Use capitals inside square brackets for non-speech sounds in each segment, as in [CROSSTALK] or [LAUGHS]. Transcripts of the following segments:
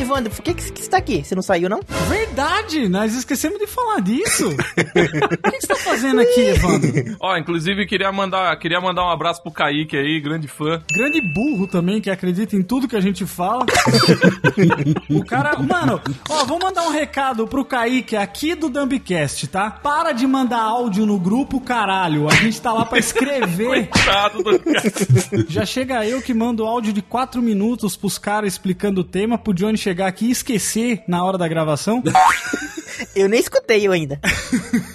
Evandro, por que, que, que você tá aqui? Você não saiu, não? Verdade, nós esquecemos de falar disso. o que você tá fazendo aqui, Evandro? Ó, inclusive queria mandar, queria mandar um abraço pro Kaique aí, grande fã. Grande burro também, que acredita em tudo que a gente fala. o cara, mano, ó, vou mandar um recado pro Kaique aqui do Dumbcast, tá? Para de mandar áudio no grupo, caralho. A gente tá lá pra escrever. Coitado do cara. Já chega eu que mando áudio de 4 minutos pros caras explicando o tema, pro Johnny chegar aqui e esquecer na hora da gravação. Eu nem escutei eu [LAUGHS] ainda.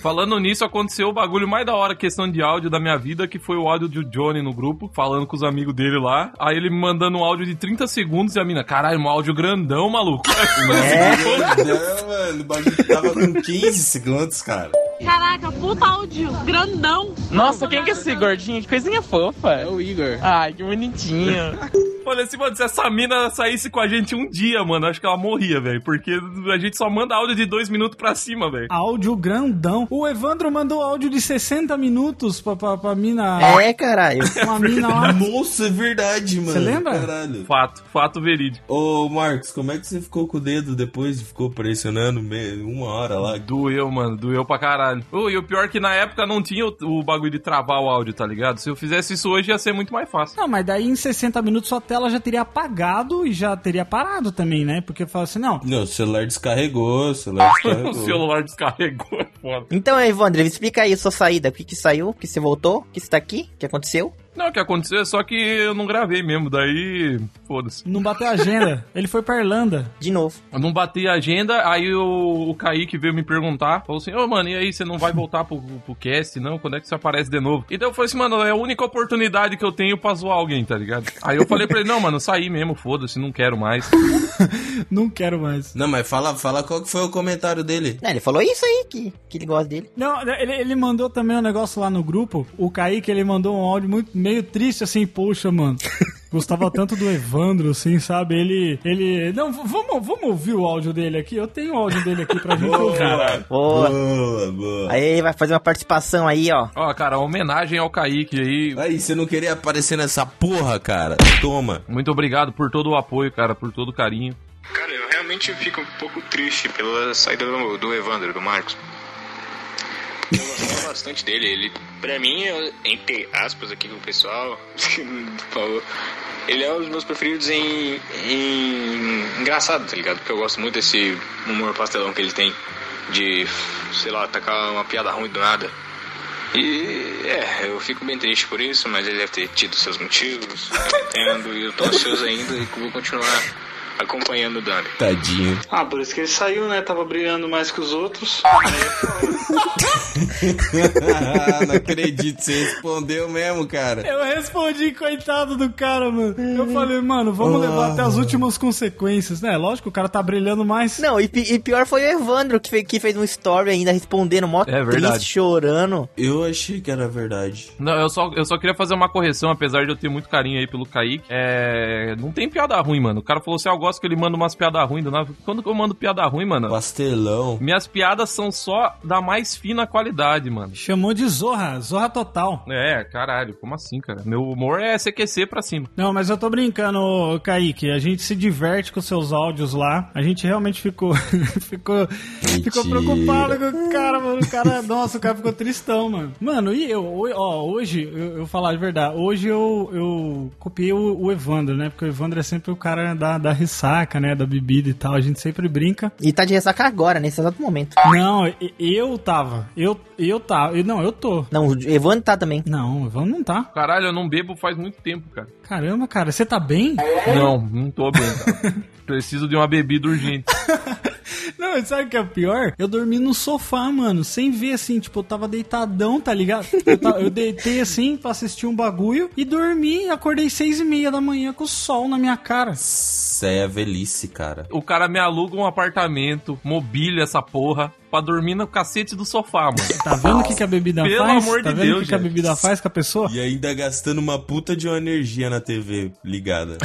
Falando nisso, aconteceu o bagulho mais da hora, questão de áudio da minha vida, que foi o áudio do Johnny no grupo, falando com os amigos dele lá. Aí ele me mandando um áudio de 30 segundos e a mina, caralho, um áudio grandão, maluco. assim, É. Não, mano, o bagulho tava com 15 segundos, cara. Caraca, puta áudio, grandão. Nossa, quem que é esse gordinho? Que coisinha fofa. É o Igor. Ai, que bonitinho. Falei assim, mano, se essa mina saísse com a gente um dia, mano, acho que ela morria, velho. Porque a gente só manda áudio de dois minutos pra cima, velho. Áudio grandão. O Evandro mandou áudio de 60 minutos pra, pra, pra mina. Ah. É, caralho. Uma mina lá. Nossa, é verdade, mano. Você lembra? Caralho. Fato, fato verídico. Ô, Marcos, como é que você ficou com o dedo depois? Ficou pressionando me- uma hora lá. Doeu, mano, doeu pra caralho. Ô, e o pior é que na época não tinha o, o bagulho de travar o áudio, tá ligado? Se eu fizesse isso hoje ia ser muito mais fácil. Não, mas daí em 60 minutos sua tela já teria apagado e já teria parado também, né? Porque fala assim, não. Não, o celular descarregou, o [LAUGHS] celular o descarregou. celular descarregou, é foda. Então, Evandro, explica aí a sua saída. O que que saiu? O que você voltou? O que você tá aqui? O que aconteceu? Não, o que aconteceu é só que eu não gravei mesmo, daí. Foda-se. Não bateu a [LAUGHS] agenda. Ele foi pra Irlanda. De novo. Eu não bati a agenda, aí o, o Kaique veio me perguntar. Falou assim: Ô, mano, e aí, você não vai voltar pro, pro cast, não? Quando é que você aparece de novo? Então eu falei assim, mano, é a única oportunidade que eu tenho pra zoar alguém, tá ligado? Aí eu falei pra ele: Não, mano, eu saí mesmo, foda-se, não quero mais. Não quero mais. Não, mas fala, fala qual que foi o comentário dele. Não, ele falou isso aí, que, que ele gosta dele. Não, ele, ele mandou também um negócio lá no grupo. O Kaique, ele mandou um áudio muito, meio triste, assim, poxa, mano. Gostava tanto do Evandro, assim, sabe? Ele. Ele. Não, v- vamos, vamos ouvir o áudio dele aqui. Eu tenho o áudio dele aqui pra gente ouvir. Boa. Boa, boa. Aí vai fazer uma participação aí, ó. Ó, cara, uma homenagem ao Kaique aí. Aí, você não queria aparecer nessa porra, cara? Toma. Muito obrigado por todo o apoio, cara, por todo o carinho. Cara, eu realmente fico um pouco triste pela saída do, do Evandro, do Marcos. Eu gostava bastante dele. Ele, pra mim, eu- entre aspas aqui com o pessoal, [LAUGHS] falou, ele é um dos meus preferidos em, em engraçado, tá ligado? Porque eu gosto muito desse humor pastelão que ele tem de, sei lá, atacar uma piada ruim do nada. E é, eu fico bem triste por isso, mas ele deve ter tido seus motivos, eu entendo, e eu tô ansioso ainda e vou continuar acompanhando o Dami. Tadinho. Ah, por isso que ele saiu, né? Tava brilhando mais que os outros. Ah, [LAUGHS] não acredito, você respondeu mesmo, cara. Eu respondi, coitado do cara, mano. Eu falei, mano, vamos levar até as últimas consequências, né? Lógico, o cara tá brilhando mais. Não, e, pi- e pior foi o Evandro, que, fe- que fez um story ainda respondendo, mó É verdade. triste, chorando. Eu achei que era verdade. Não, eu só, eu só queria fazer uma correção, apesar de eu ter muito carinho aí pelo Kaique. É. Não tem piada ruim, mano. O cara falou assim: ah, eu gosto que ele manda umas piadas ruins. do nada. Quando que eu mando piada ruim, mano? Pastelão. Minhas piadas são só da mais fina qualidade, mano. Chamou de zorra, zorra total. É, caralho, como assim, cara? Meu humor é CQC pra cima. Não, mas eu tô brincando, ô, Kaique. A gente se diverte com seus áudios lá. A gente realmente ficou. [LAUGHS] ficou. Ficou Mentira. preocupado com o cara, mano. O cara. Nossa, o cara ficou tristão, mano. Mano, e eu, ho- ó, hoje, eu, eu falar de verdade, hoje eu, eu copiei o, o Evandro, né? Porque o Evandro é sempre o cara da, da ressaca, né? Da bebida e tal. A gente sempre brinca. E tá de ressaca agora, nesse exato momento. Não, e- eu tava. Eu, eu tava. Eu, não, eu tô. Não, o Evandro tá também. Não, o Evandro não tá. Caralho, eu não bebo faz muito tempo, cara. Caramba, cara, você tá bem? Não, não tô bem, cara. Preciso de uma bebida urgente. Não, mas sabe o que é o pior? Eu dormi no sofá, mano, sem ver, assim, tipo, eu tava deitadão, tá ligado? Eu, ta- eu deitei, assim, pra assistir um bagulho e dormi e acordei seis e meia da manhã com o sol na minha cara. Isso é a velhice, cara. O cara me aluga um apartamento, mobília essa porra, pra dormir no cacete do sofá, mano. Tá vendo o que, que a bebida Pelo faz? amor tá de vendo o Deus, que, que a gente. bebida faz com a pessoa? E ainda gastando uma puta de uma energia na TV ligada.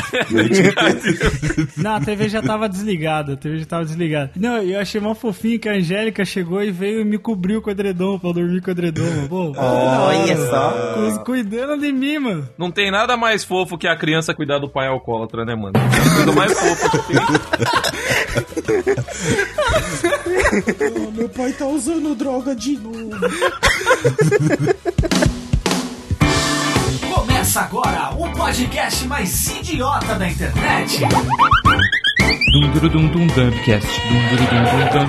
Não, a TV já tava desligada, a TV já tava desligada. Não, eu achei mó fofinho que a Angélica chegou e veio e me cobriu com o edredom, pra eu dormir com o edredom, mano. Pô, Ah. Olha só. cu- cuidando de mim, mano. Não tem nada mais fofo que a criança cuidar do pai alcoólatra, né, mano? Coisa mais fofa que tem. Pô, meu pai tá usando droga de novo. Começa agora o podcast mais idiota da internet. Dum duru dum dum dumbcast. Dum duru dum dum dum.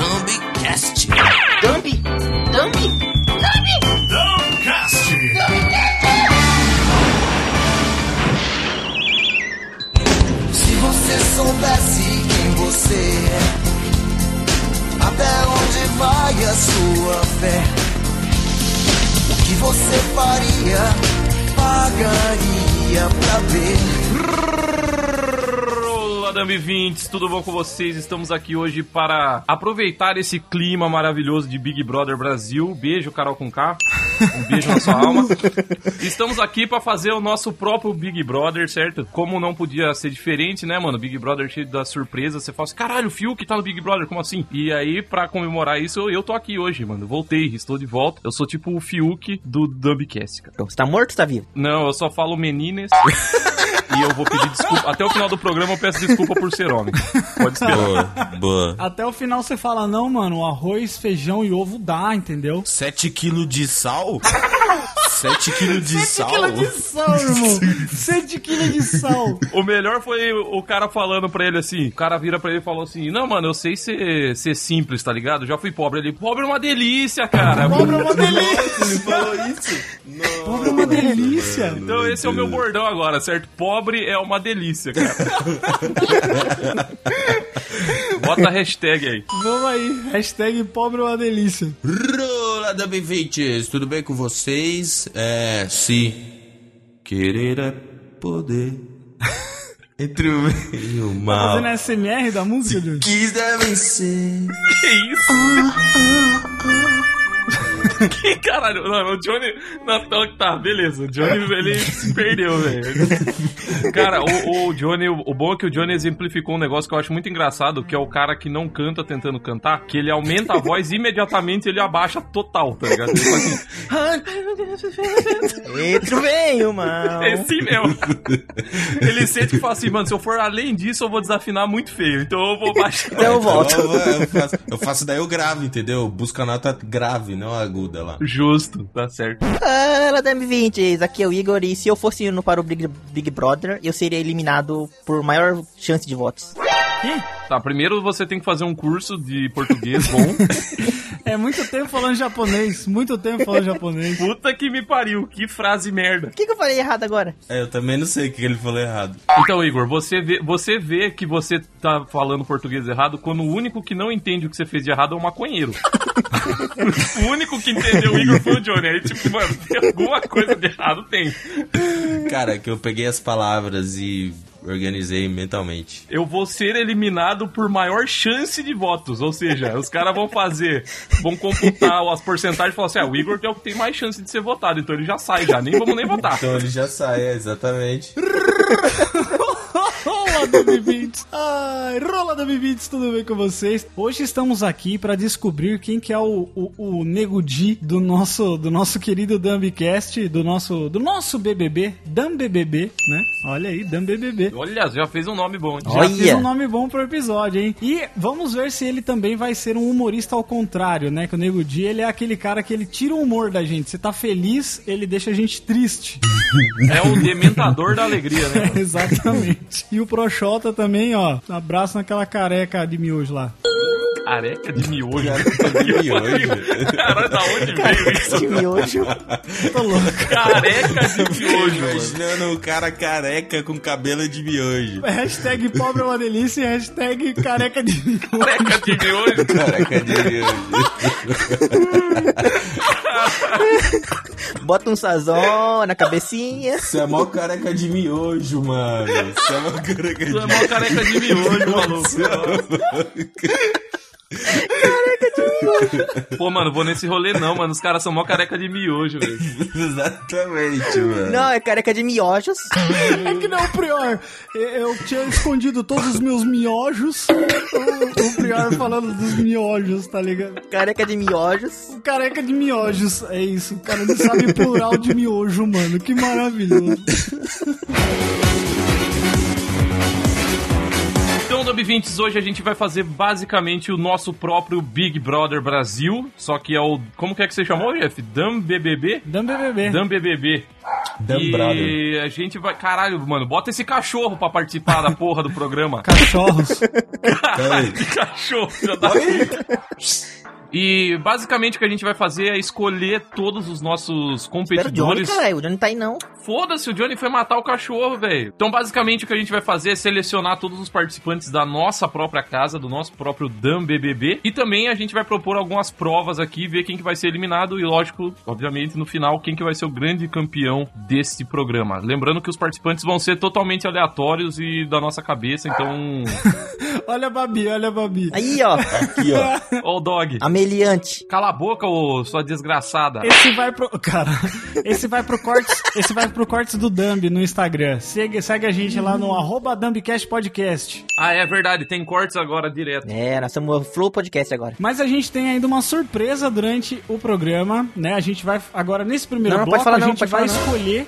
Dumbcast. Se você soubesse quem você é, até onde vai a sua fé, o que você faria, pagaria pra ver. Olá, Dumb 20, tudo bom com vocês? Estamos aqui hoje para aproveitar esse clima maravilhoso de Big Brother Brasil. Beijo, Carol com K. Um beijo na sua alma. Estamos aqui para fazer o nosso próprio Big Brother, certo? Como não podia ser diferente, né, mano? Big Brother cheio da surpresa. Você fala assim, caralho, o Fiuk tá no Big Brother, como assim? E aí, pra comemorar isso, eu tô aqui hoje, mano. Voltei, estou de volta. Eu sou tipo o Fiuk do Dumbcast, cara. Você tá morto ou tá vivo? Não, eu só falo menines. [LAUGHS] e eu vou pedir desculpa. Até o final do programa eu peço desculpa por ser homem. Pode esperar. Boa, boa. Até o final você fala, não, mano, arroz, feijão e ovo dá, entendeu? 7 kg de sal? 7 kg de sal? sal, irmão. [LAUGHS] 7 quilos de sal. O melhor foi o cara falando pra ele assim. O cara vira pra ele e falou assim: Não, mano, eu sei ser, ser simples, tá ligado? Já fui pobre. Ele, pobre é uma delícia, cara. Pobre é uma delícia. Ele falou isso? Não. Pobre é uma delícia. Então esse é o meu bordão agora, certo? Pobre é uma delícia, [LAUGHS] cara. Bota a hashtag aí. Vamos aí. Hashtag pobre é uma delícia. Olá, bem vintes tudo bem com vocês? É, se querer é poder. [LAUGHS] Entre o bem e o mal. Fazendo SMR da música, Júlio? Quiser vencer. Que isso? ah, [LAUGHS] Que caralho? Não, o Johnny. Não, tá, tá, beleza. O Johnny, ele se perdeu, [LAUGHS] velho. Cara, o, o Johnny. O bom é que o Johnny exemplificou um negócio que eu acho muito engraçado, que é o cara que não canta tentando cantar, que ele aumenta a voz e imediatamente ele abaixa total, tá ligado? Ele faz assim, Entre o bem e o [LAUGHS] mal. é assim mesmo. Ele sente que fala assim, mano, se eu for além disso, eu vou desafinar muito feio. Então eu vou baixar. Então eu volto. Eu, eu faço, eu faço daí o grave, entendeu? Busca a nota grave, não a aguda lá. [LAUGHS] Justo, tá certo. Fala, DM20, aqui é o Igor e se eu fosse indo para o Big, Big Brother, eu seria eliminado por maior chance de votos. Tá, primeiro você tem que fazer um curso de português bom. É muito tempo falando japonês. Muito tempo falando japonês. Puta que me pariu, que frase merda. O que, que eu falei errado agora? É, eu também não sei o que ele falou errado. Então, Igor, você vê, você vê que você tá falando português errado quando o único que não entende o que você fez de errado é o maconheiro. [LAUGHS] o único que entendeu o Igor foi o Johnny. Aí, tipo, mano, tem alguma coisa de errado, tem. Cara, que eu peguei as palavras e organizei mentalmente. Eu vou ser eliminado por maior chance de votos. Ou seja, os caras vão fazer, vão computar as porcentagens e falar assim: ah, o Igor é o que tem mais chance de ser votado, então ele já sai já, nem vamos nem votar. Então ele já sai, é, [LAUGHS] exatamente. Rola do Bivintes! Ai, rola do Bivintes, tudo bem com vocês? Hoje estamos aqui para descobrir quem que é o, o, o Nego Di do nosso, do nosso querido Dumbcast, do nosso, do nosso BBB, Dumb BBB, né? Olha aí, Dumb BBB. Olha, já fez um nome bom. Já fez Olha! um nome bom pro episódio, hein? E vamos ver se ele também vai ser um humorista ao contrário, né? Que o Nego Di, ele é aquele cara que ele tira o humor da gente. Você tá feliz, ele deixa a gente triste. [LAUGHS] É o dementador da alegria, né? mano? Exatamente. E o Proxota também, ó. Abraço naquela careca de miojo lá. Careca de miojo. Miojo. Caralho, da onde veio isso? De miojo. Tô louco. Careca de miojo, mano. Imaginando um cara careca com cabelo de miojo. Hashtag pobre é uma delícia e hashtag careca [LAUGHS] de miojo. Careca de miojo. Careca [LAUGHS] de miojo. Bota um sazon na cabecinha. Você é mó careca de miojo, mano. Você é mó careca de Tu é mó careca de miojo, maluco. Careca de Pô, mano, vou nesse rolê não, mano. Os caras são mó careca de miojo, velho. [LAUGHS] Exatamente, mano. Não, é careca de miojos. É que não, o Prior. Eu tinha escondido todos os meus miojos. O, o Prior falando dos miojos, tá ligado? Careca de miojos. O careca de miojos, é isso. O cara não sabe plural de miojo, mano. Que maravilhoso. Então, Dobvintes, hoje a gente vai fazer basicamente o nosso próprio Big Brother Brasil. Só que é o. Como que é que você chamou, Jeff? Dam BBB? Dan BBB. Dam BBB. Dan e Brother. a gente vai. Caralho, mano, bota esse cachorro pra participar da porra do programa. Cachorros. Caralho, que cachorro, já tá. E basicamente o que a gente vai fazer é escolher todos os nossos Era o Johnny, competidores. caralho. O Johnny tá aí não. Foda-se, o Johnny foi matar o cachorro, velho. Então, basicamente, o que a gente vai fazer é selecionar todos os participantes da nossa própria casa, do nosso próprio Dan BBB. E também a gente vai propor algumas provas aqui, ver quem que vai ser eliminado e, lógico, obviamente, no final, quem que vai ser o grande campeão desse programa. Lembrando que os participantes vão ser totalmente aleatórios e da nossa cabeça, então... Olha a Babi, olha a Babi. Aí, ó. Aqui, ó. Ó o dog. Ameliante. Cala a boca, ô sua desgraçada. Esse vai pro. Cara, esse vai pro cortes. Esse vai pro cortes do Dumb no Instagram. Segue, segue a gente lá no arroba Dumbcast Podcast. Ah, é verdade, tem cortes agora direto. É, nós somos o Flow Podcast agora. Mas a gente tem ainda uma surpresa durante o programa, né? A gente vai. Agora, nesse primeiro Não, não bloco, pode falar a não, gente pode vai falar não. escolher.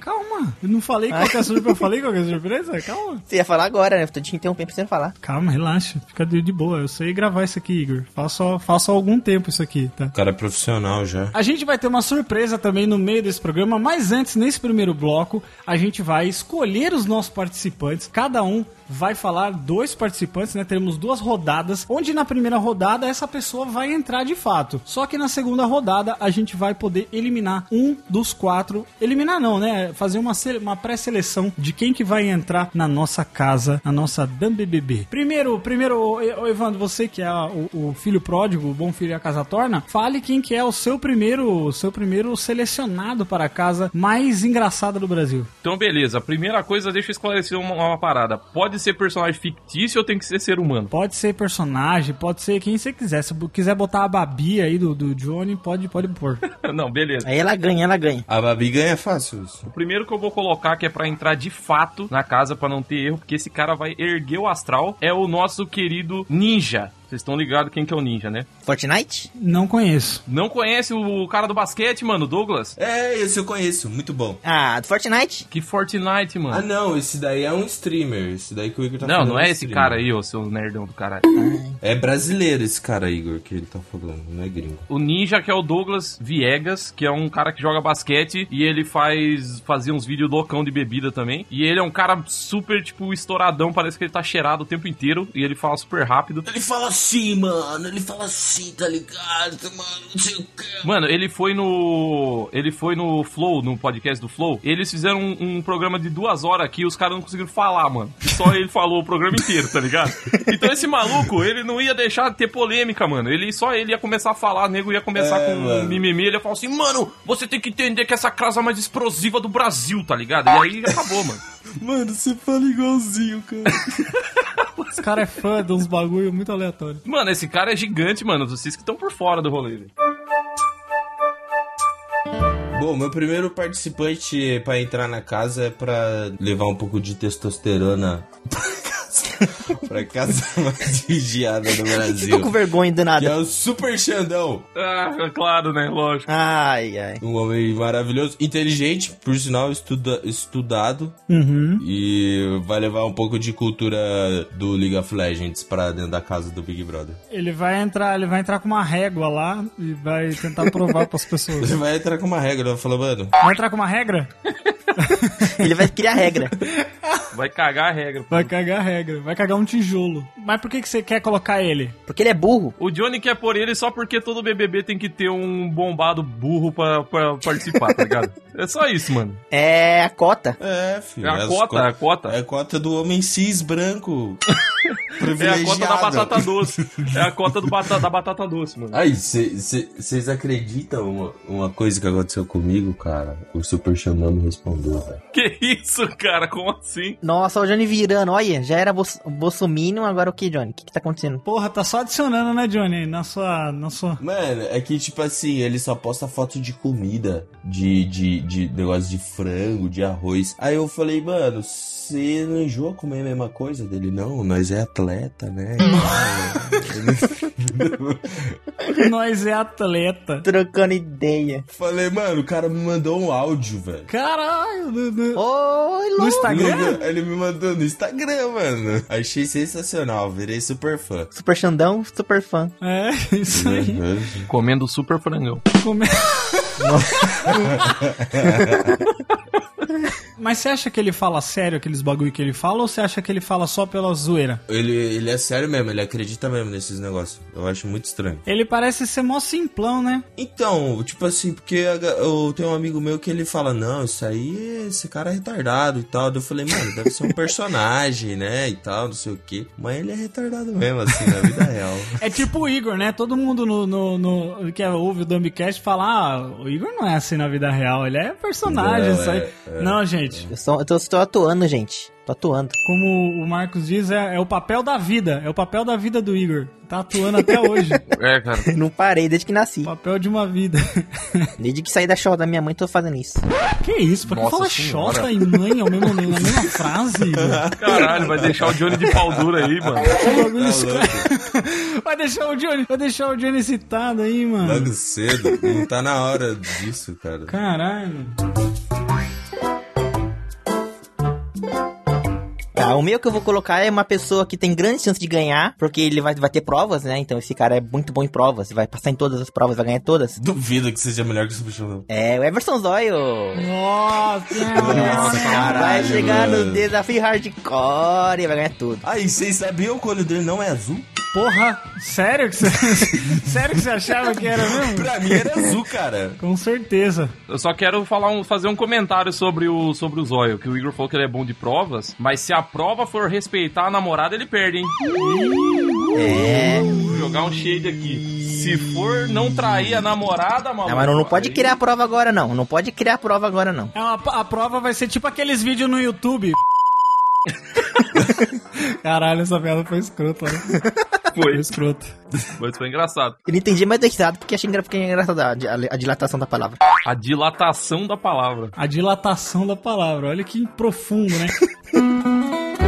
Calma, eu não falei qual que é a surpresa. Eu falei qual que é a [LAUGHS] surpresa? Calma. Você ia falar agora, né? Eu tô te interrompendo pra você não falar. Calma, relaxa. Fica de de boa. Eu sei gravar isso aqui, Igor. Faço, faço há algum tempo isso aqui, tá? O [LAUGHS] cara é profissional já. A gente vai ter uma surpresa também no meio desse programa, mas antes, nesse primeiro bloco, a gente vai escolher os nossos participantes. Cada um vai falar dois participantes, né? Teremos duas rodadas, onde na primeira rodada essa pessoa vai entrar de fato. Só que na segunda rodada a gente vai poder eliminar um dos quatro. Eliminar não, né? Fazer uma, sele- uma pré-seleção de quem que vai entrar na nossa casa, na nossa Dan BBB. Primeiro, primeiro, e- ô, Evandro, você que é a- o, o filho pródigo, o bom filho e a casa torna, fale quem que é o seu primeiro, o seu primeiro selecionado para a casa mais engraçada do Brasil. Então, beleza. A primeira coisa, deixa eu esclarecer uma, uma parada. Pode ser personagem fictício ou tem que ser ser humano? [LAUGHS] Pode ser personagem, pode ser quem você quiser. Se quiser botar a Babi aí do, do Johnny, pode, pode pôr. Não, beleza. Aí ela ganha, ela ganha. A Babi ganha fácil isso. O primeiro que eu vou colocar, que é pra entrar de fato na casa, pra não ter erro, porque esse cara vai erguer o astral, é o nosso querido Ninja. Vocês estão ligados quem que é o Ninja, né? Fortnite? Não conheço. Não conhece o cara do basquete, mano, Douglas? É, esse eu conheço, muito bom. Ah, do Fortnite? Que Fortnite, Ah, mano. não, esse daí é um streamer. Esse daí que o Igor tá Não, falando. não é esse cara streamer. aí, ô seu nerdão do caralho. É brasileiro esse cara, Igor, que ele tá falando, não é gringo. O Ninja, que é o Douglas Viegas, que é um cara que joga basquete e ele faz fazia uns vídeos loucão de bebida também. E ele é um cara super, tipo, estouradão, parece que ele tá cheirado o tempo inteiro e ele fala super rápido. Ele fala assim, mano. Ele fala assim, tá ligado, mano? Não sei o que. Mano, ele foi no. Ele foi no Flow, no podcast do Flow. Eles fizeram um, um programa de duas horas aqui e os caras não conseguiram falar, mano. E Só ele [LAUGHS] falou o programa inteiro, tá ligado? Então esse maluco, ele não ia deixar de ter polêmica, mano. Ele só ele ia começar a falar, o nego ia começar É, com um mano. mimimi. Ele ia falar assim, mano, você tem que entender que essa casa é a mais explosiva do Brasil, tá ligado? E aí acabou, mano. Mano, você fala igualzinho, cara. Esse cara é fã de uns bagulho muito aleatório. Mano, esse cara é gigante, mano. Vocês que estão por fora do rolê, velho. Bom, meu primeiro participante pra entrar na casa é pra levar um pouco de testosterona [LAUGHS] pra casa, pra casa mais [LAUGHS] vigiada Ficou do com Brasil. vergonha do Que é nada. o Super Xandão. Ah, claro, né? Lógico. Ai, ai. Um homem maravilhoso, inteligente, por sinal, estuda, estudado. Uhum. E vai levar um pouco de cultura do League of Legends pra dentro da casa do Big Brother. Ele vai entrar, ele vai entrar com uma régua lá e vai tentar provar pras pessoas. Você vai entrar com uma regra, vai falar, mano, Vai entrar com uma regra? Ele vai criar regra. Vai cagar a regra. Vai cagar a regra, vai cagar um tijolo. Mas por que que você quer colocar ele? Porque ele é burro. O Johnny quer pôr ele só porque todo BBB tem que ter um bombado burro pra, pra participar, tá ligado? É só isso, mano. É a cota. é, filho. É a as cota, co- é a cota. [LAUGHS] É a cota do homem cis branco. É a cota da batata doce. É a cota do bata- da batata doce, [LAUGHS] mano. Aí, vocês acreditam uma, uma coisa que aconteceu comigo, cara? O Super Xamã me respondeu, velho. Que isso, cara? Como assim? Nossa, o Johnny virando, olha, já era bos bolsominion, agora o que, Johnny? O que, que tá acontecendo? Porra, tá só adicionando, né, Johnny? Na sua. Na sua... Mano, é que tipo assim, ele só posta foto de comida, de, de, de negócio de frango, de arroz. Aí eu falei, mano, você não enjoa comer a mesma coisa dele? Não, nós é atleta, [LAUGHS] né? [LAUGHS] Nós é atleta. Trocando ideia. falei, mano, o cara me mandou um áudio, velho. Caralho, né, no, no- Oi, no Instagram? No- Ele me mandou no Instagram, mano. Achei sensacional, virei super fã. Uhum. Super Xandão, super fã. É, [LAUGHS] isso aí. Comendo super frangão. Come- [LAUGHS] Mas você acha que ele fala sério aqueles bagulho que ele fala ou você acha que ele fala só pela zoeira? Ele, ele é sério mesmo, ele acredita mesmo nesses negócios. Eu acho muito estranho. Ele parece ser mó simplão, né? Então, tipo assim, porque a ga- eu tenho um amigo meu que ele fala, não, isso aí, esse cara é retardado e tal. Daí Eu falei, mano, deve ser um personagem, né, e tal, não sei o quê. Mas ele é retardado mesmo, assim, na vida real. É tipo o Igor, né? Todo mundo no, no, no- que é, ouve o Dumbcast fala: ah, o Igor não é assim na vida real, ele é personagem, Não, isso aí. é, é. não, gente. Eu, só, eu tô, tô atuando, gente. Tô atuando. Como o Marcos diz, é, é o papel da vida. É o papel da vida do Igor. Tá atuando [LAUGHS] até hoje. É, cara. Não parei desde que nasci. papel de uma vida. [LAUGHS] Desde que saí da chorra da minha mãe, tô fazendo isso. Que isso? Pra que Nossa fala senhora. xota e mãe ao mesmo, na mesma frase? [LAUGHS] Igor? Caralho, vai deixar o Johnny de pau dura aí, mano. Que bagulho Tá escro- Vai deixar o Johnny, vai deixar o Johnny excitado aí, mano. [LAUGHS] Logo cedo, não tá na hora disso, cara. Caralho. Tá, o meu que eu vou colocar é uma pessoa que tem grande chance de ganhar, porque ele vai, vai ter provas, né? Então esse cara é muito bom em provas, vai passar em todas as provas, vai ganhar todas. Duvido que seja melhor que o Super Xamã. É, o Everson Zóio. Nossa, é Nossa, vai caralho, chegar mano. no desafio hardcore e vai ganhar tudo. Aí, vocês sabiam que o olho dele não é azul? porra. Sério que você. Sério que você [LAUGHS] achava que era mesmo? Pra mim era azul, cara. Com certeza. Eu só quero falar um- fazer um comentário sobre o, sobre o Zóio, que o Igor falou que ele é bom de provas, mas se a prova for respeitar a namorada, ele perde, hein? É. Vou jogar um shade aqui. Se for não trair a namorada, maluco. Ah, mas não pode aí- criar a prova agora, não. Não pode criar a prova agora, não. É uma- a prova vai ser tipo aqueles vídeos no YouTube. [LAUGHS] Caralho, essa piada foi escrota, né? Foi Foi, escrota. mas foi engraçado. Eu não entendi, mas dei risada porque achei engra- fiquei engraçada a, di- a dilatação da palavra. A dilatação da palavra. A dilatação da palavra, olha que profundo, né? [LAUGHS]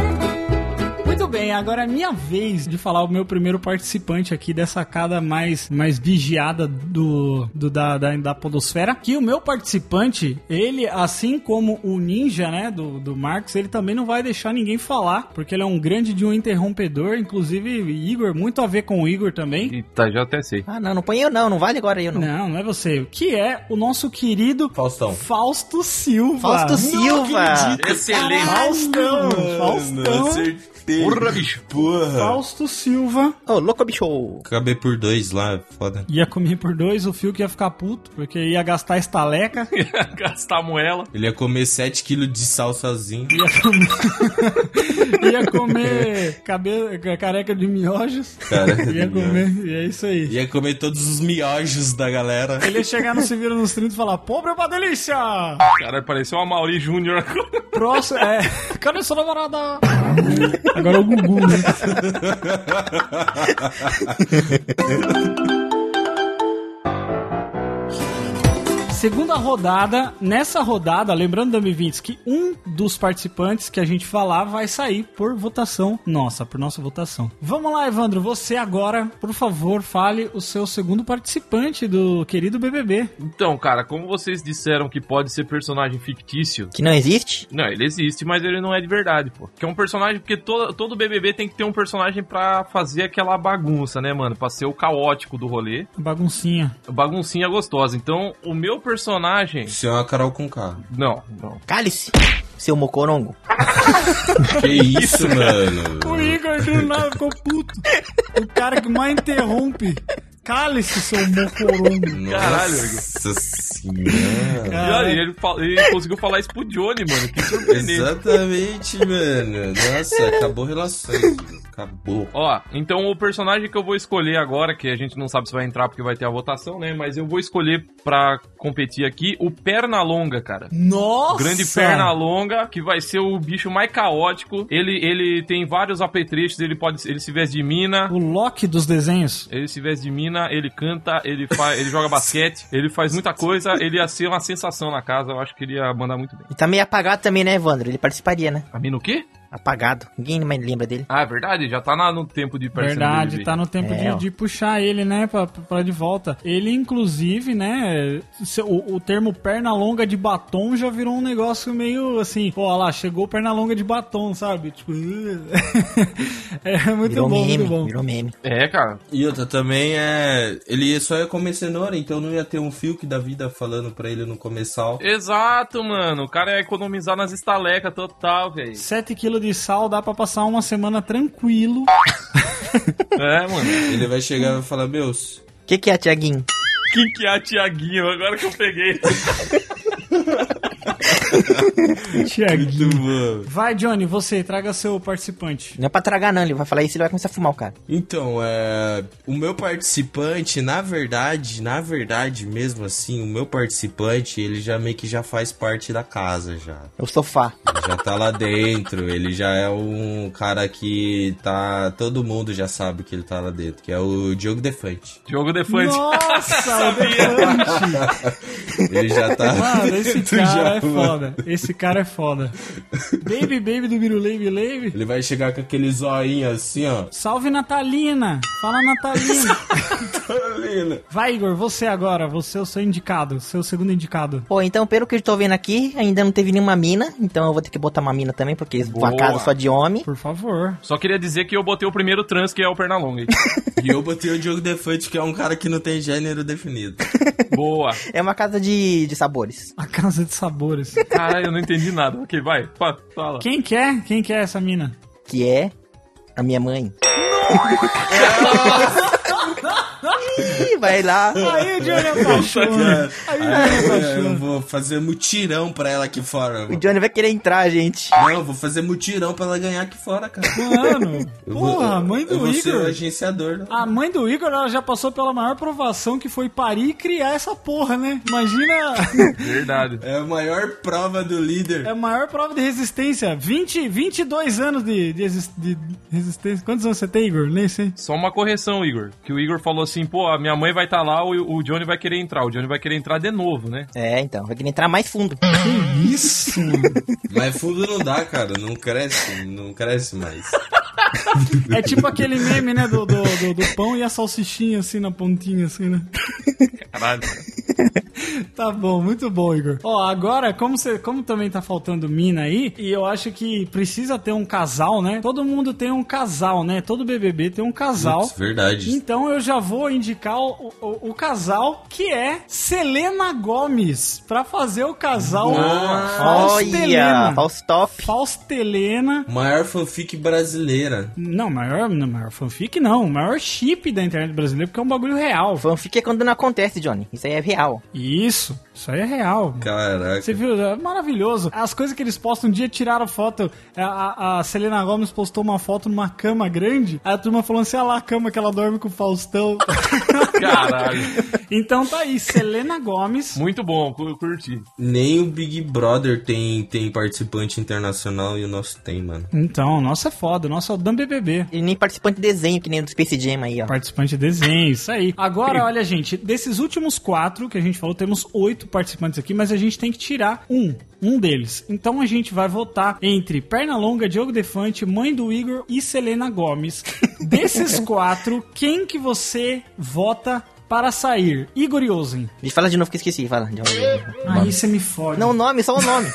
Muito bem, agora é minha vez de falar o meu primeiro participante aqui dessa cada mais, mais vigiada do, do- da, da, da podosfera. Que o meu participante, ele, assim como o ninja, né, do, do Marx, ele também não vai deixar ninguém falar, porque ele é um grande de um interrompedor, inclusive Igor, muito a ver com o Igor também. Eita, já até [LAUGHS] sei. Ah, não, não põe eu não, não vale agora eu não. Não, não é você. Que é o nosso querido Faustão. Fausto Silva. Fausto Silva! Excelente. Faustão, Faustão, Acertei. Porra, bicho. Porra. Fausto Silva. Ô, louco bicho! Acabei por dois lá, foda. Ia comer por dois, o Fio que ia ficar puto, porque ia gastar estaleca. [LAUGHS] Gastar moela. Ele ia comer 7kg de sal sozinho. ia comer cabe... careca de miojos. [LAUGHS] Careca de ia comer, e é isso aí. Ia comer todos os miojos da galera. Ele ia chegar no Se Vira nos 30 e falar, pobre é uma delícia! Cara, pareceu uma Mauri Júnior agora. Próximo, é... [LAUGHS] Cadê sua namorada? Agora é o Gugu, né? Segunda rodada, nessa rodada, lembrando, Dami Vintes, que um dos participantes que a gente falar vai sair por votação nossa, por nossa votação. Vamos lá, Evandro, você agora, por favor, fale o seu segundo participante do querido BBB. Então, cara, como vocês disseram que pode ser personagem fictício, Que não existe? Não, ele existe, mas ele não é de verdade, pô. Que é um personagem, porque todo, todo BBB tem que ter um personagem pra fazer aquela bagunça, né, mano? Pra ser o caótico do rolê. Baguncinha. Baguncinha gostosa. Então, o meu personagem. Isso é uma Carol com K. Não, não. Cálice! Seu mocorongo. Que isso, O mano? Igor do nada ficou puto. O cara que mais interrompe. Cale-se, seu mocorongo. Caralho, Nossa senhora. E olha, ele, fa- ele conseguiu falar isso pro Johnny, mano. Que surpreendente. Exatamente, mano. Nossa, acabou relações. mano. Acabou. Ó, então o personagem que eu vou escolher agora, que a gente não sabe se vai entrar porque vai ter a votação, né? Mas eu vou escolher pra competir aqui o Pernalonga, cara. Nossa! Grande Pernalonga, que vai ser o bicho mais caótico. Ele, ele tem vários apetrechos, ele pode ele se veste de mina. O Loki dos desenhos. Ele se veste de mina, ele canta, ele, fa ele joga basquete, ele faz muita coisa, ele ia ser uma sensação na casa, eu acho que ele ia mandar muito bem. E tá meio apagado também, né, Evandro? Ele participaria, né? A mina o quê? Apagado. Ninguém mais lembra dele. Ah, é verdade, já tá na- no tempo de aparecer no Verdade, BBB. tá no tempo É, de- ó. de, puxar ele, né, pra, pra de volta. Ele, inclusive, né, se- o, o termo perna longa de batom já virou um negócio meio assim, pô, olha lá, chegou perna longa de batom, sabe? Tipo, [LAUGHS] é muito Virou bom, meme, muito bom. virou meme. É, cara. E outra também é. Ele ia- só ia comer cenoura, então não ia ter um fio que da vida falando pra ele no começal. Exato, mano. O cara ia economizar nas estalecas total, velho. 7 kg de sal dá pra passar uma [LAUGHS] semana tranquilo. É, mano. Ele vai chegar e vai falar: Meus, O que, que é, Tiaguinho? [LAUGHS] Quem que é a Tiaguinho? Agora que eu peguei. Tiaguinho. mano. Vai, Johnny, você, traga seu participante. Não é pra tragar, não. Ele vai falar isso e ele vai começar a fumar o cara. Então, é, o meu participante, na verdade, na verdade mesmo assim, o meu participante, ele já meio que já faz parte da casa já. É o sofá. Ele [LAUGHS] já tá lá dentro, ele já é um cara que tá, todo mundo já sabe que ele tá lá dentro, que é o Diogo Defante. Diogo Defante. [LAUGHS] Nossa, o Defante! Ele já tá [LAUGHS] Mano, esse [LAUGHS] dentro cara já, é mano. foda. Esse cara é foda. Baby, baby do Birulave Lave. Ele vai chegar com aquele zoinho assim, [LAUGHS] ó. Salve Natalina! Fala Natalina! [LAUGHS] Vai, Igor, você agora, você é o seu indicado, seu segundo indicado. Pô, então, pelo que eu tô vendo aqui, ainda não teve nenhuma mina. Então eu vou ter que botar uma mina também, porque Boa. uma casa só de homem. Por favor. Só queria dizer que eu botei o primeiro trans, que é o Pernalonga. [LAUGHS] E eu botei o Diogo Defante, que é um cara que não tem gênero definido. Boa. É uma casa de, de sabores. A casa de sabores. Caralho, eu não entendi nada. Ok, vai. fa- Fala. Quem quer? Quem quer essa mina? Que é a minha mãe. Ih, vai lá. Aí o Johnny apaixona. Aí o Johnny É, eu apaixona. vou fazer mutirão pra ela aqui fora, mano. O Johnny vai querer entrar, gente. Não, eu vou fazer mutirão pra ela ganhar aqui fora, cara. Mano, Eu vou- porra, a eu- mãe eu do vou ser o Igor. agenciador. né? A mãe do Igor, ela já passou pela maior provação que foi parir e criar essa porra, né? Imagina [LAUGHS] Verdade. É a maior prova do líder. É a maior prova de resistência. 20, 22 anos de, de exis- de resistência. Quantos anos você tem, Igor? Nem sei. Só uma correção, Igor. Que o Igor falou assim, pô, a minha mãe vai estar lá, o, o Johnny vai querer entrar. O Johnny vai querer entrar de novo, né? É, então, vai querer entrar mais fundo. Isso, mano. Mas fundo não dá, cara. Não cresce, não cresce mais. É tipo aquele meme, né? Do, do, do- do pão e a salsichinha, assim, na pontinha, assim, né? É, Caralho. Tá bom, muito bom, Igor. Ó, agora, como, você, como também tá faltando mina aí, e eu acho que precisa ter um casal, né? Todo mundo tem um casal, né? Todo BBB tem um casal. Putz, verdade. Então eu já vou indicar o, o- o casal que é Selena Gomes pra fazer o casal Olha, Faustelena. false top. Faustelena. Maior fanfic brasileira. Não, maior, não, maior fanfic não, maior chip da internet brasileira, porque é um bagulho real. Fanfic é quando não acontece, Johnny. Isso aí é real. Isso, isso aí é real. Caraca. Você viu? É maravilhoso. As coisas que eles postam, um dia tiraram foto. é, A, a- a Selena Gomes postou uma foto numa cama grande. Aí a turma falando assim: olha lá a cama que ela dorme com o Faustão. Caralho. [LAUGHS] então tá aí, Selena Gomes. Muito bom, cu- eu curti. Nem o Big Brother tem, tem participante internacional e o nosso tem, mano. Então, nossa é foda, nossa é o Dan BBB. E nem participante de desenho, que nem do Space Jam aí, ó. Participante de desenho, isso aí. Agora, olha, gente, desses últimos quatro que a gente falou, temos oito participantes aqui, mas a gente tem que tirar um. Um deles. Então a gente vai votar entre Pernalonga, Diogo Defante, Mãe do Igor e Selena Gomes. Desses quatro, quem que você vota para sair? Igor Yosen. Me fala de novo que eu esqueci, fala. De novo. Aí você me fode. Não, o nome, só o nome.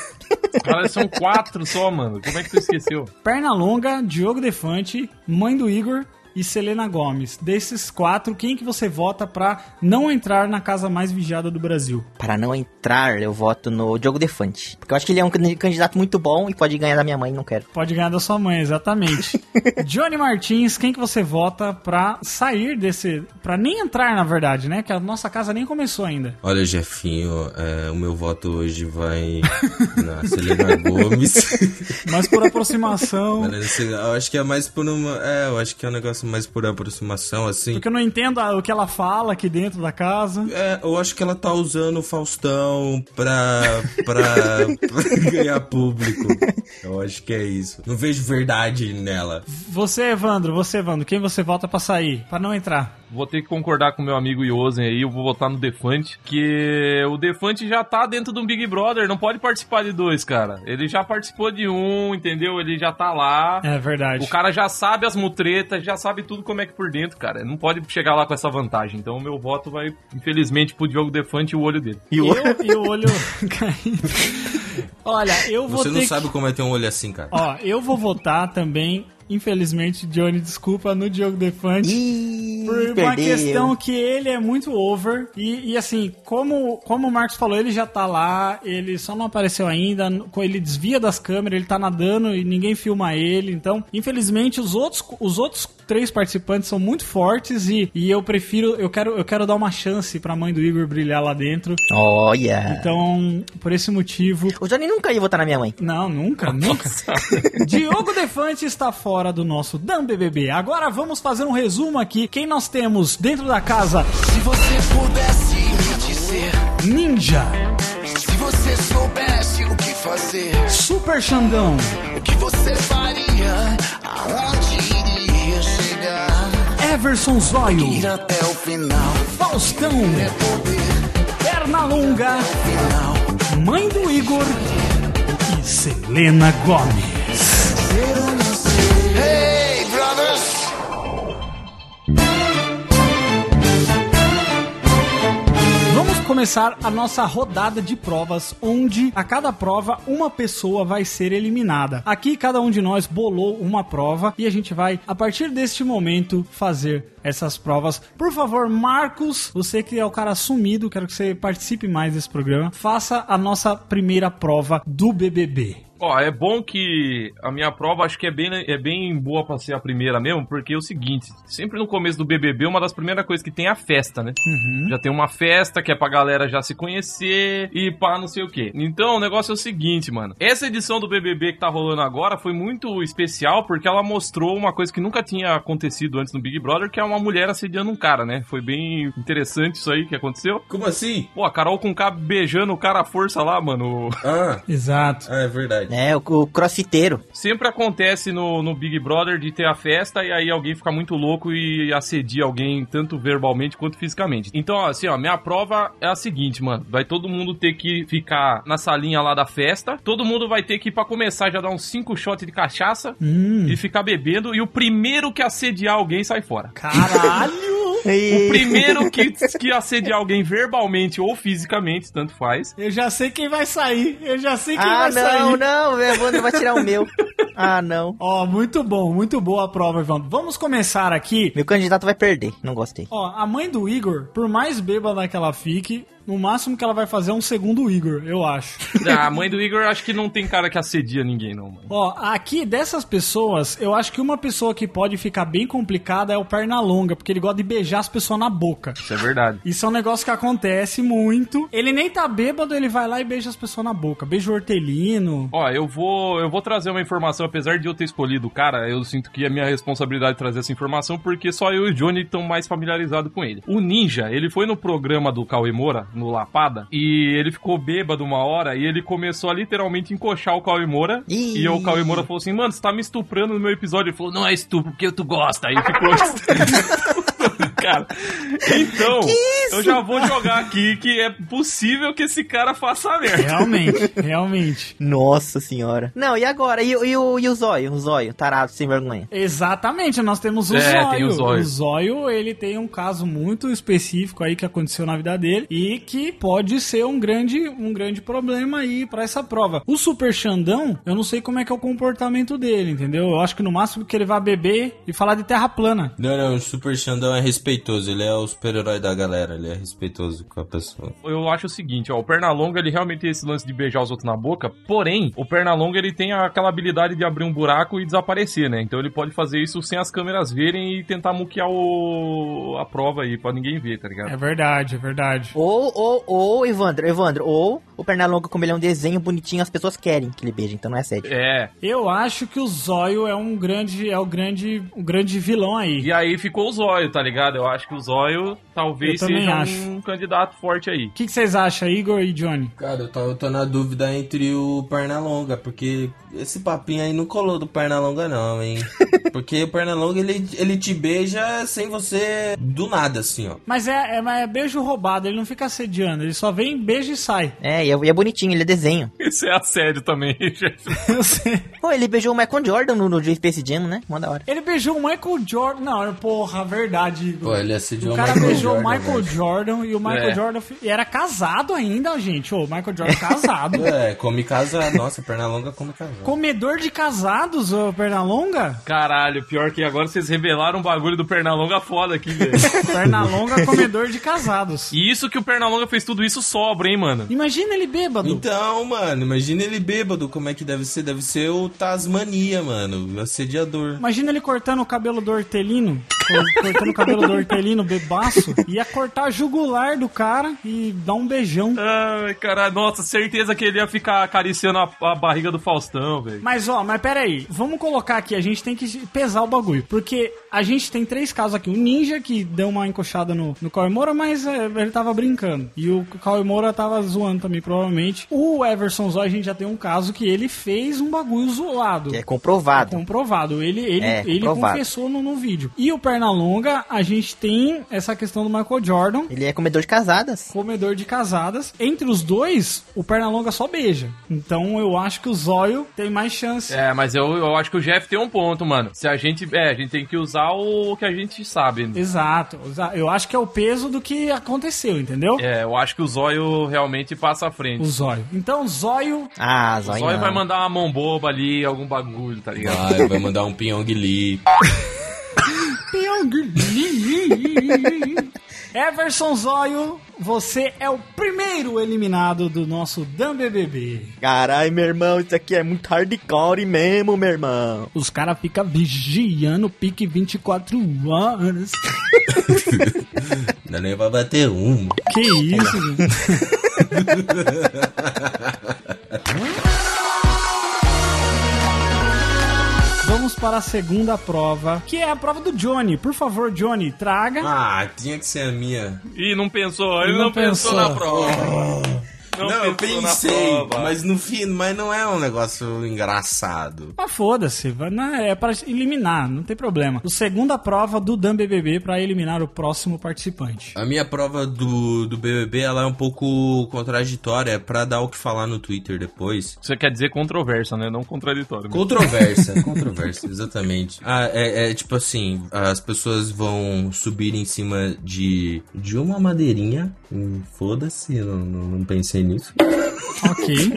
Cara, são quatro só, mano. Como é que tu esqueceu? Pernalonga, Diogo Defante, Mãe do Igor e e Selena Gomes. Desses quatro, quem que você vota pra não entrar na casa mais vigiada do Brasil? Para não entrar, eu voto no Diogo Defante. Porque eu acho que ele é um can- candidato muito bom e pode ganhar da minha mãe, não quero. Pode ganhar da sua mãe, exatamente. Johnny Martins, quem que você vota pra sair desse... Pra nem entrar, na verdade, né? Que a nossa casa nem começou ainda. Olha, Jefinho, é, o meu voto hoje vai na [LAUGHS] Selena Gomes. Mas por [LAUGHS] aproximação... Parece- eu acho que é mais por uma. É, eu acho que é um negócio mais por aproximação, assim. Porque eu não entendo a- o que ela fala aqui dentro da casa. É, eu acho que ela tá usando o Faustão pra, pra, [LAUGHS] pra ganhar público. Eu acho que é isso. Não vejo verdade nela. Você, Evandro, você, Evandro, quem você vota pra sair? Pra não entrar. Vou ter que concordar com meu amigo Yosen aí, eu vou votar no Defante, que o Defante já tá dentro de um Big Brother, não pode participar de dois, cara. Ele já participou de um, entendeu? Ele já tá lá. É verdade. O cara já sabe as mutretas, já sabe tudo como é que por dentro, cara. Não pode chegar lá com essa vantagem. Então o meu voto vai, infelizmente, pro Diogo Defante e o olho dele. E o Eu e o [LAUGHS] olho caindo. Olha, eu vou Você ter não que- sabe como é ter um olho assim, cara. Ó, eu vou votar também, infelizmente, Johnny, desculpa, no Diogo Defante. por perdeu. uma questão que ele é muito over. E, e assim, como, como o Marcos falou, ele já tá lá, ele só não apareceu ainda, n- ele desvia das câmeras, ele tá nadando e ninguém filma ele. Então, infelizmente, os outros, os outros três participantes são muito fortes e, e eu prefiro, eu quero, eu quero dar uma chance pra mãe do Igor brilhar lá dentro. Olha. Então, por esse motivo. O Johnny nunca ia votar na minha mãe. Não, nunca, nunca. [LAUGHS] Diogo Defante está fora do nosso Dan BBB. Agora vamos fazer um resumo aqui. Quem nós temos dentro da casa? Se você pudesse me dizer, Ninja, se você soubesse o que fazer, Super Xandão, o que você faria, aonde iria chegar, Everson ir Zóio, até o final, Faustão, Pernalonga, Mãe do Igor e Selena Gomes. ser ou não ser. Hey, brothers! Vamos começar a nossa rodada de provas, onde a cada prova uma pessoa vai ser eliminada. Aqui cada um de nós bolou uma prova e a gente vai, a partir deste momento, fazer essas provas. Por favor, Marcos, você que é o cara sumido, quero que você participe mais desse programa. Faça a nossa primeira prova do BBB. Ó, é bom que a minha prova acho que é bem, é bem boa pra ser a primeira mesmo, porque é o seguinte, sempre no começo do BBB, uma das primeiras coisas que tem é a festa, né? Já tem uma festa que é pra galera já se conhecer e pá, não sei o quê. Então, o negócio é o seguinte, mano. Essa edição do BBB que tá rolando agora foi muito especial porque ela mostrou uma coisa que nunca tinha acontecido antes no Big Brother, que é uma mulher assediando um cara, né? Foi bem interessante isso aí que aconteceu. Como assim? Pô, a Carol com K beijando o cara à força lá, mano. Ah, Exato. ah, é verdade. É, o, o crossfiteiro. Sempre acontece no, no Big Brother de ter a festa e aí alguém fica muito louco e assedia alguém, tanto verbalmente quanto fisicamente. Então, ó, assim, ó, minha prova é a seguinte, mano. Vai todo mundo ter que ficar na salinha lá da festa. Todo mundo vai ter que, pra começar, já dar uns 5 shots de cachaça e ficar bebendo. E o primeiro que assediar alguém sai fora. Caralho! O primeiro que, que assediar alguém verbalmente ou fisicamente, tanto faz. Eu já sei quem vai sair. Eu já sei quem Ah, vai sair. não, não, o Evandro vai tirar o meu. Ah, não. Ó, muito bom, muito boa a prova, Ivan. Vamos começar aqui Meu candidato vai perder, não gostei. Ó, a mãe do Igor, por mais bêbada que ela fique, no máximo que ela vai fazer é um segundo Igor, eu acho. Ah, a mãe do Igor acho que não tem cara que assedia ninguém, não, mano. Ó, aqui dessas pessoas, eu acho que uma pessoa que pode ficar bem complicada é o Pernalonga, porque ele gosta de beijar as pessoas na boca. Isso é verdade. Isso é um negócio que acontece muito. Ele nem tá bêbado, ele vai lá e beija as pessoas na boca. Beija o [LAUGHS] hortelino. Ó, eu vou, eu vou trazer uma informação, apesar de eu ter escolhido o cara, eu sinto que é minha responsabilidade trazer essa informação, porque só eu e o Johnny estão mais familiarizados com ele. O Ninja, ele foi no programa do Cauê Moura, no Lapada, e ele ficou bêbado uma hora, e ele começou a literalmente encoxar o Cauê Moura, Ih. e o Cauê Moura falou assim, mano, você tá me estuprando no meu episódio. Ele falou, não é [LAUGHS] estupro, porque tu gosta. Aí ele ficou... cara. Então, Que isso? eu já vou jogar aqui que é possível que esse cara faça merda. Realmente, realmente. Nossa senhora. Não, e agora? E, o- e o, e o zóio? O zóio, tarado, sem vergonha. Exatamente, nós temos o É, Zóio. tem o Zóio. O Zóio, ele tem um caso muito específico aí que aconteceu na vida dele e que pode ser um grande, um grande problema aí pra essa prova. O Super Xandão, eu não sei como é que é o comportamento dele, entendeu? Eu acho que no máximo que ele vai beber e falar de terra plana. Não, não, o Super Xandão é respeitoso, ele é o super-herói da galera, ele é respeitoso com a pessoa. Eu acho o seguinte, ó, o Pernalonga ele realmente tem esse lance de beijar os outros na boca, porém, o Pernalonga ele tem aquela habilidade de abrir um buraco e desaparecer, né? Então ele pode fazer isso sem as câmeras verem e tentar muquear o... a prova aí, pra ninguém ver, tá ligado? É verdade, é verdade. Ou, ou, ou, Evandro, Evandro, ou o Pernalonga, como ele é um desenho bonitinho, as pessoas querem que ele beije, então não é sério. É. Eu acho que o Zóio é um grande, é o grande, um grande vilão aí. E aí ficou o Zóio, tá ligado? Eu acho que o Zóio talvez Eu também seja um acho. candidato forte aí. [LAUGHS] O que que vocês acham, Igor e Johnny? Cara, eu tô, eu tô na dúvida entre o Pernalonga, porque esse papinho aí não colou do Pernalonga [LAUGHS] não, hein? Porque o Pernalonga, ele, ele te beija sem você do nada, assim, ó. Mas é, é, mas é beijo roubado, ele não fica assediando, ele só vem, beija e sai. É, e é, e é bonitinho, ele é desenho. Isso é assédio também, [LAUGHS] gente. Pô, ele beijou o Michael Jordan no, no Space Jam, né? Mó da hora. Ele beijou o Michael Jordan. Não, é, porra, verdade. Igor. Pô, ele assediou o o cara Michael beijou o Jordan, Michael velho. Jordan e o Michael É. Jordan fi- era casado ainda, gente. Ô, o Michael Jordan casado. [LAUGHS] É, come casa, nossa, Pernalonga come casa. Comedor de casados, ô Pernalonga? Caralho, pior que agora vocês revelaram um bagulho do Pernalonga foda aqui, [LAUGHS] velho. [LAUGHS] Pernalonga, comedor de casados. E isso que o Pernalonga fez tudo isso sobra, hein, mano? Imagina ele bêbado. Então, mano, imagina ele bêbado, como é que deve ser? Deve ser o Tasmania, mano, o assediador. Imagina ele cortando o cabelo do hortelino. co- Cortando o cabelo do hortelino, bebaço. Ia cortar a jugular do cara e dar um beijão. Ai, cara, nossa, certeza que ele ia ficar acariciando a, a barriga do Faustão, velho. Mas ó, mas peraí, vamos colocar aqui, a gente tem que pesar o bagulho. Porque a gente tem três casos aqui. O Ninja, que deu uma encoxada no, no Cauê Moura, mas é, ele tava brincando. E o Cauê Moura tava zoando também, provavelmente. O Everson Zói, a gente já tem um caso que ele fez um bagulho zoado. Que é comprovado. comprovado. Ele, ele, É, ele comprovado. confessou no, no vídeo. E o Pernalonga, a gente tem essa questão do Michael Jordan. Ele é comedor de casadas. Comedor de casadas. Entre os dois, o Pernalonga só beija. Então eu acho que o Zóio tem mais chance. É, mas eu, eu acho que o Jeff tem um ponto, mano. Se a gente. É, a gente tem que usar o que a gente sabe. né? Exato. exa- Eu acho que é o peso do que aconteceu, entendeu? É, eu acho que o zóio realmente passa à frente. O zóio. Então, zóio. Ah, O zóio vai mandar uma mão boba ali, algum bagulho, tá ligado? Vai, vai mandar um pinhão li. [LAUGHS] Everson Zóio, você é o primeiro eliminado do nosso Dan BBB. Caralho, meu irmão, isso aqui é muito hardcore mesmo, meu irmão. Os caras ficam vigiando o pique 24 horas. Ainda é nem vai bater um. Que isso, gente? Vamos para a segunda prova, que é a prova do Johnny. Por favor, Johnny, traga. [LAUGHS] Ah, tinha que ser a minha. Ih, não pensou, ele Não não, pensou. pensou. na prova. Não, eu pensou na pensei, prova. mas no fim, mas não é um negócio engraçado. Mas foda-se, vai- não, é para eliminar, não tem problema. O segunda prova do Dan BBB para eliminar o próximo participante. A minha prova do, do BBB, ela é um pouco contraditória pra dar o que falar no Twitter depois. Você quer dizer controversa, né? Não contraditório. [LAUGHS] Controversa, controversa, exatamente. Ah, é, é tipo assim, as pessoas vão subir em cima de, de uma madeirinha. Hum, Foda-se, eu não, não, não pensei nisso. [LAUGHS] Ok.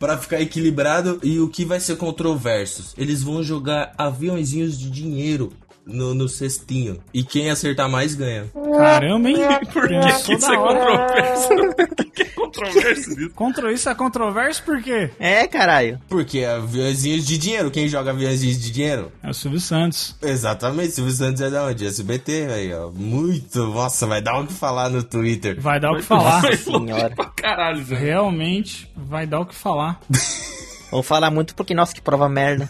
Pra ficar equilibrado. E o que vai ser controverso? Eles vão jogar aviãozinhos de dinheiro no, no cestinho. E quem acertar mais ganha. Caramba, hein? Por que, que isso é controverso? [LAUGHS] é Controverso disso. Contro isso é controverso por quê? É, caralho. Porque é aviãozinhos de dinheiro, quem joga aviãozinhos de dinheiro? É o Silvio Santos. Exatamente, Silvio Santos é da onde? SBT, aí, ó. Muito, nossa, vai dar o que falar no Twitter. Vai dar o que falar. [LAUGHS] Senhora. Caralho, velho. Realmente vai dar o que falar. Vou falar muito porque, nossa, que prova merda.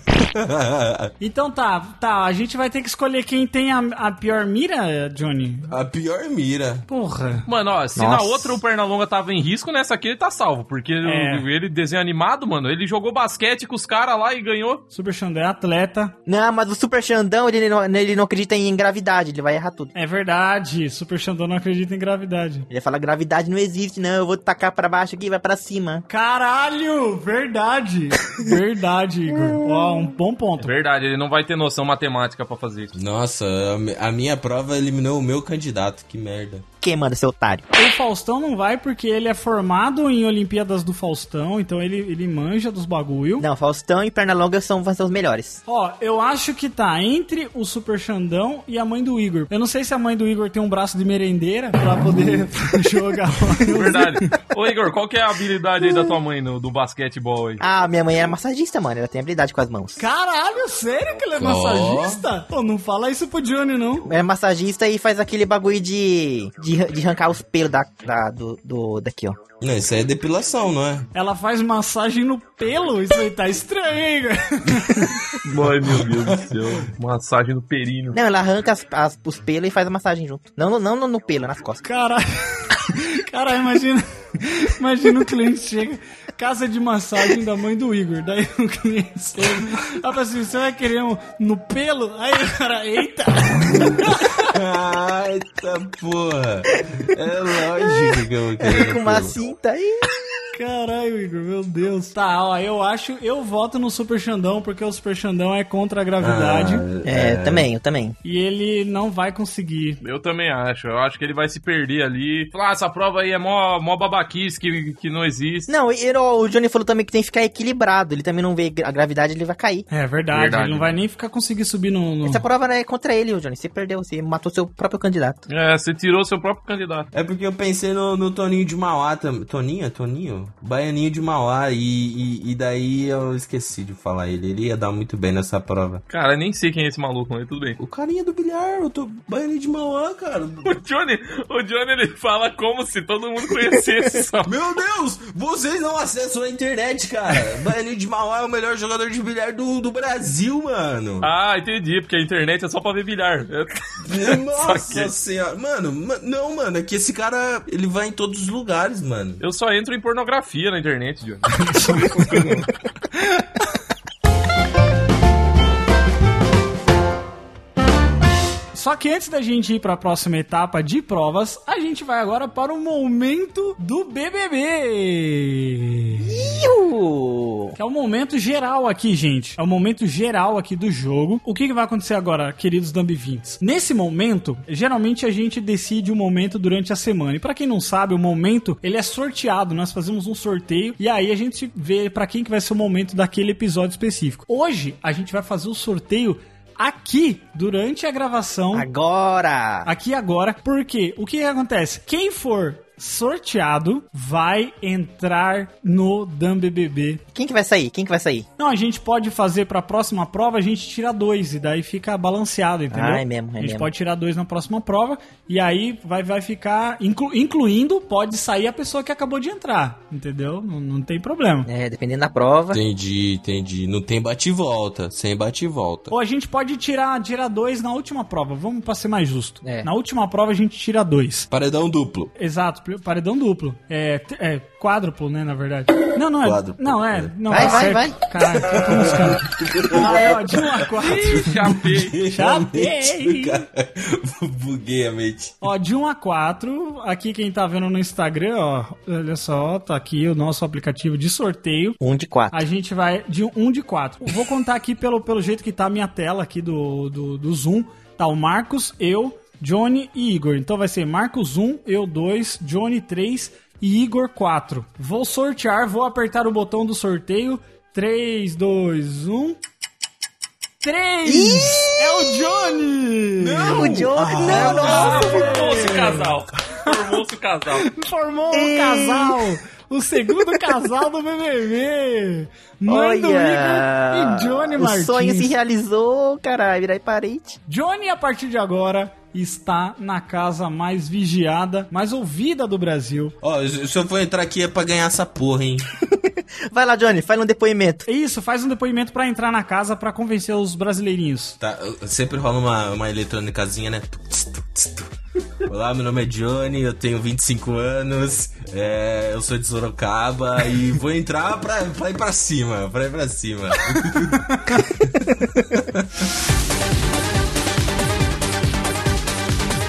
Então tá, tá, a gente vai ter que escolher quem tem a, a pior mira, Johnny. A pior mira. Porra. Mano, ó, se na Nossa. outra o Pernalonga tava em risco, nessa aqui ele tá salvo. Porque ele, ele desenho animado, mano, ele jogou basquete com os caras lá e ganhou. Super Xandão é atleta. Não, mas o Super Xandão, ele não, ele não acredita em gravidade, ele vai errar tudo. É verdade, Super Xandão não acredita em gravidade. Ele fala, gravidade não existe, não, eu vou tacar pra baixo aqui, vai pra cima. Caralho, verdade. Verdade, Igor. Ó, um bom ponto. É Verdade, ele não vai ter noção matemática pra fazer isso. Nossa, a mi- a minha prova eliminou o meu candidato, que merda. Quem manda, seu otário? O Faustão não vai porque ele é formado em Olimpíadas do Faustão, então ele, ele manja dos bagulho. Não, Faustão e Pernalonga são, são os melhores. Ó, eu acho que tá entre o Super Xandão e a mãe do Igor. Eu não sei se a mãe do Igor tem um braço de merendeira pra poder jogar. É [LAUGHS] Verdade. Ô, Igor, qual que é a habilidade aí da tua mãe no, do basquetebol aí? Ah, minha mãe é massagista, mano, ela tem habilidade com as mãos. Caralho, sério que ele é Ó. massagista? Pô, não fala isso pro Johnny, não. É massagista e faz aquele bagulho de. de, de arrancar os pelos da, da- do, do- daqui, ó. Não, isso aí é depilação, não é? Ela faz massagem no pelo? Isso aí tá estranho, hein, Igor? Ai, meu Deus do céu. Massagem no períneo. Não, ela arranca as- as- os pelos e faz a massagem junto. Não, no- não, no- no pelo, nas costas. [LAUGHS] Caralho. Caralho, imagina. Imagina o cliente chega. Casa de massagem da mãe do Igor. Daí o cliente chega. Ela fala assim: você vai querer um no pelo? Aí o cara, eita! [LAUGHS] Eita porra! É lógico que eu [LAUGHS] vou querer. Com uma cinta aí. Caralho, Igor, meu Deus. Tá, ó, eu acho, eu voto no Super Xandão, porque o Super Xandão é contra a gravidade. Ah. É, eu também, eu também. E ele não vai conseguir. Eu também acho. Eu acho que ele vai se perder ali. Falar, ah, essa prova aí é mó, mó babaquice que, que não existe. Não, e- e o Johnny falou também que tem que ficar equilibrado. Ele também não vê a gravidade, ele vai cair. É verdade, Verdade. ele não vai nem ficar conseguir subir no. no- Essa prova é contra ele, ô Johnny. Você perdeu, você matou seu próprio candidato. É, você tirou seu próprio candidato. É porque eu pensei no, no Toninho de Mauá também. Toninho? É Toninho? Baianinho de Mauá. E, e, e daí eu esqueci de falar ele. Ele ia dar muito bem nessa prova. Cara, nem sei quem é esse maluco, mas tudo bem. O carinha do bilhar, eu tô Baianinho de Mauá, cara. O Johnny, o Johnny ele fala como se todo mundo conhecesse essa [LAUGHS] Meu Deus! Vocês não acessam a internet, [LAUGHS] cara. Baianinho de Mauá é o melhor jogador de bilhar do, do Brasil, mano. Ah, entendi, porque a internet é só pra ver bilhar. É- [LAUGHS] Só Nossa que- senhora. Mano, ma- não, mano. É que esse cara, ele vai em todos os lugares, mano. Eu só entro em pornografia na internet, Johnny. Só que antes da gente ir pra próxima etapa de provas, a gente vai agora para o momento do BBB. Que é o momento geral aqui, gente. É o momento geral aqui do jogo. O que, que vai acontecer agora, queridos Dambivintes? Nesse momento, geralmente a gente decide o momento durante a semana. E pra quem não sabe, o momento, ele é sorteado. Nós fazemos um sorteio e aí a gente vê pra quem que vai ser o momento daquele episódio específico. Hoje, a gente vai fazer o sorteio aqui durante a Hum. gravação. Agora! Aqui agora, porque o que acontece? Quem for sorteado vai entrar no Dumb BBB. Quem que vai sair? Quem que vai sair? Não, Então, a gente pode fazer pra próxima prova, a gente tira dois e daí fica balanceado, entendeu? Ah, é mesmo, é a gente mesmo. pode tirar dois na próxima prova e aí vai, vai ficar inclu- incluindo pode sair a pessoa que acabou de entrar, entendeu? Não, não tem problema. É, dependendo da prova. Entendi, entendi. Não tem bate e volta. Sem bate e volta. Ou a gente pode tirar, tirar dois na última prova. Vamos pra ser mais justo. É. Na última prova a gente tira dois. Paredão duplo. Exato, pl- paredão duplo. É, t- é quádruplo, né, na verdade. Não, não é. Quádruplo, Não, é. Não, Vai, tá vai, certo. vai. Caralho, eu tô buscando. Não, é, ó, de 1 a 4. Chapei. Chapei. Cara, [LAUGHS] Buguei a mente. Ó, de 1 a 4, aqui quem tá vendo no Instagram, ó, olha só, tá aqui o nosso aplicativo de sorteio. Um de quatro. A gente vai de 1 de 4. Vou contar aqui pelo, pelo jeito que tá a minha tela aqui do, do, do Zoom. Tá o Marcos, eu, Johnny e Igor. Então vai ser Marcos 1, eu 2, Johnny 3 e Igor 4. Vou sortear, vou apertar o botão do sorteio. 3, 2, 1. 3! É o Johnny! Não, o John. não, Ah, não. Formou-se o casal. Formou-se o casal. Formou um casal! O segundo casal do BBB! Mãe do Olha, Igor e Johnny Martins. O sonho se realizou, caralho. Virar parente. Johnny, a partir de agora, está na casa mais vigiada, mais ouvida do Brasil. Ó, se se eu for entrar aqui é pra ganhar essa porra, hein? Vai lá, Johnny, faz um depoimento. Isso, faz um depoimento pra entrar na casa pra convencer os brasileirinhos. Tá, eu- sempre rola uma, uma eletrônicazinha, né? Tuts, tuts, tuts. Olá, meu nome é Johnny, eu tenho 25 anos, é, eu sou de Sorocaba e vou entrar pra, pra ir pra cima, pra ir pra cima.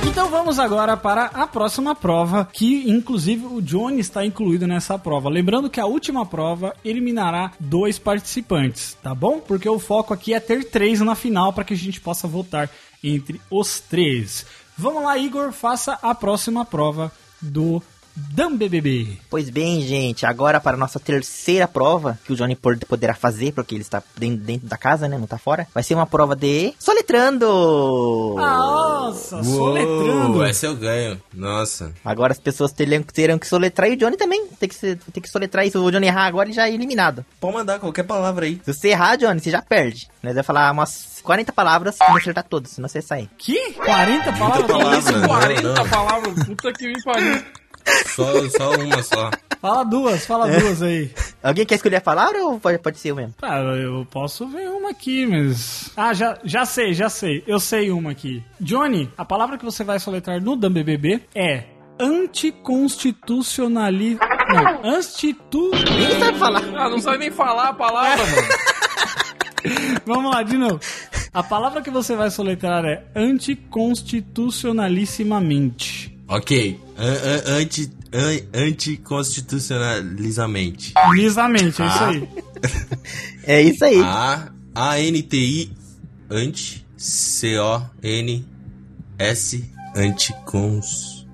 Então vamos agora para a próxima prova, que inclusive o Johnny está incluído nessa prova. Lembrando que a última prova eliminará dois participantes, tá bom? Porque o foco aqui é ter três na final para que a gente possa votar entre os três. Vamos lá, Igor, faça a próxima prova do Dumb BBB. Pois bem, gente, agora para a nossa terceira prova, que o Johnny Porto poderá fazer, porque ele está dentro, dentro da casa, né? Não tá fora. Vai ser uma prova de soletrando! Ah. Nossa, soletrando. Esse eu ganho. Nossa. Agora as pessoas terão, terão que soletrar e o Johnny também tem que, ser- tem que soletrar isso. O Johnny errar agora ele já é eliminado. Pode mandar qualquer palavra aí. Se você errar, Johnny, você já perde. Nós vai falar umas 40 palavras e acertar todas, senão você sai. Que? 40 palavras? palavra, Isso, não, 40 não. palavras. Puta que me pariu. Só, só uma só. Fala duas, fala duas aí. Alguém quer escolher a palavra ou pode, pode ser eu mesmo? Ah, eu posso ver uma aqui, mas. Ah, já, já sei, já sei. Eu sei uma aqui. Johnny, a palavra que você vai soletrar no Dan BBB é anticonstitucionalismo. Não, antitu. Ninguém sabe falar. Ah, [LAUGHS] não sabe nem falar a palavra, mano. Vamos lá, de novo. A palavra que você vai soletrar é anticonstitucionalissimamente. Ok. An- an- anti, an- anticonstitucionalizamente. Lisamente, é isso aí. É isso aí. A A-N-T-I anti C-O-N-S anticons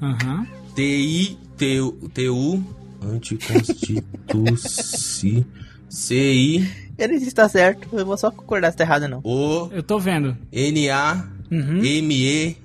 Aham. T-I-T-U anticonstituci C-I-O Eu não sei se tá certo, eu vou só concordar se tá errado ou não. Eu tô vendo. Uhum. N-A-M-E-N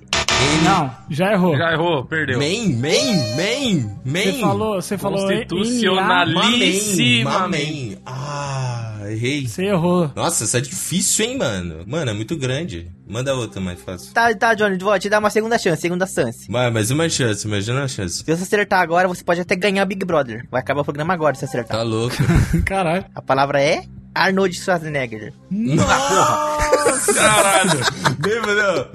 Não, já errou. Já errou, perdeu. Men, men, men, men Você falou, você falou. Constitucionali- Mamem, Malíssima, mamem Ah, errei Você errou. Nossa, isso é difícil, hein, mano Mano, é muito grande Manda outra mais fácil Tá, tá, Johnny, vou te dar uma segunda chance, segunda chance. Mas, mas uma chance, imagina uma chance. Se você acertar agora, você pode até ganhar o Big Brother. Vai acabar o programa agora se acertar. Tá louco. Caralho. A palavra é Arnold Schwarzenegger. Nossa! Caralho! Mesmo não?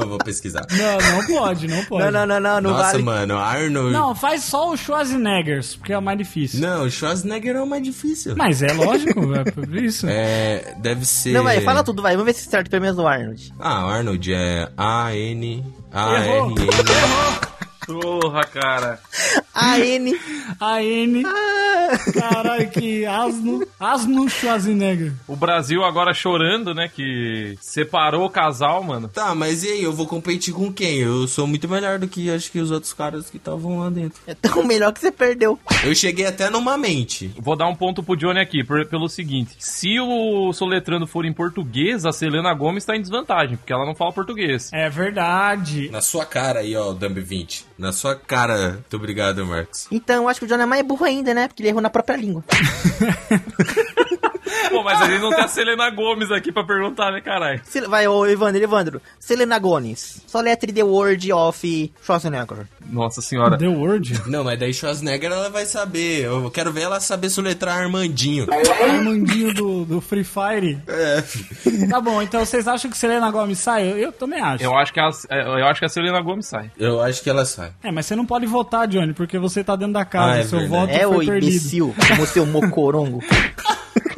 Não, vou pesquisar. Não, não pode, não pode. Não, não, não, não, não Nossa, vale. mano, Arnold. Não, faz só o Schwarzenegger, porque é o mais difícil. Não, Schwarzenegger é o mais difícil. Mas é lógico, é por isso. É, deve ser. Não, vai, fala tudo, vai. Vamos ver se acerta pelo menos o Arnold. Ah, o Arnold é A-N. Errou. A-R-N. Porra, cara. [LAUGHS] A N. A N, Ah. caralho, que asno, asno Schwarzenegger. O Brasil agora chorando, né? Que separou o casal, mano. Tá, mas e aí, eu vou competir com quem? Eu sou muito melhor do que acho que os outros caras que estavam lá dentro. É tão melhor que você perdeu. Eu cheguei até numa mente. Vou dar um ponto pro Johnny aqui, por- pelo seguinte: se o Soletrando for em português, a Selena Gomes tá em desvantagem, porque ela não fala português. É verdade. Na sua cara aí, ó, o Dumb 20. Na sua cara. Muito obrigado, Marcos. Então, eu acho que o Johnny é mais burro ainda, né? Porque ele errou na própria língua. Pô, mas a gente não tem a Selena Gomes aqui pra perguntar, né, caralho? Se- Vai, ô, Evandro, Evandro. Selena Gomes. Só letra The Word of Schwarzenegger. Nossa senhora. The Word. Não, mas daí Schwarzenegger ela vai saber. Eu quero ver ela saber soletrar Armandinho. Armandinho É do, do Free Fire. É. Tá bom, então vocês acham que Selena Gomes sai? Eu, eu também acho. Eu acho, que a, é, eu acho que a Selena Gomes sai. Eu acho que ela sai. É, mas você não pode votar, Johnny, porque você tá dentro da casa. Ah, é seu voto verdade. É, foi ô perdido. imbecil, como seu [LAUGHS] mocorongo.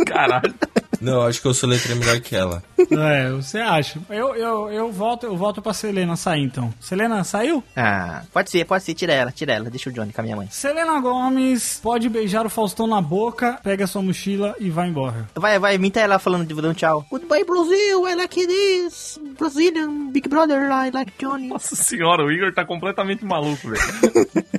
Caralho. [LAUGHS] Não, eu acho que eu soletrei melhor que ela. É, você acha. Eu, eu, eu, voto, eu voto pra Selena sair, então. Selena saiu? Ah, pode ser, pode ser. Tira ela, tira ela. Deixa o Johnny com a minha mãe. Selena Gomes pode beijar o Faustão na boca, pega sua mochila e vai embora. Vai, vai, imita ela falando de um tchau. Goodbye, Brasil, I like this. Brazilian, Big Brother, I like Johnny. Nossa senhora, o Igor tá completamente maluco, velho.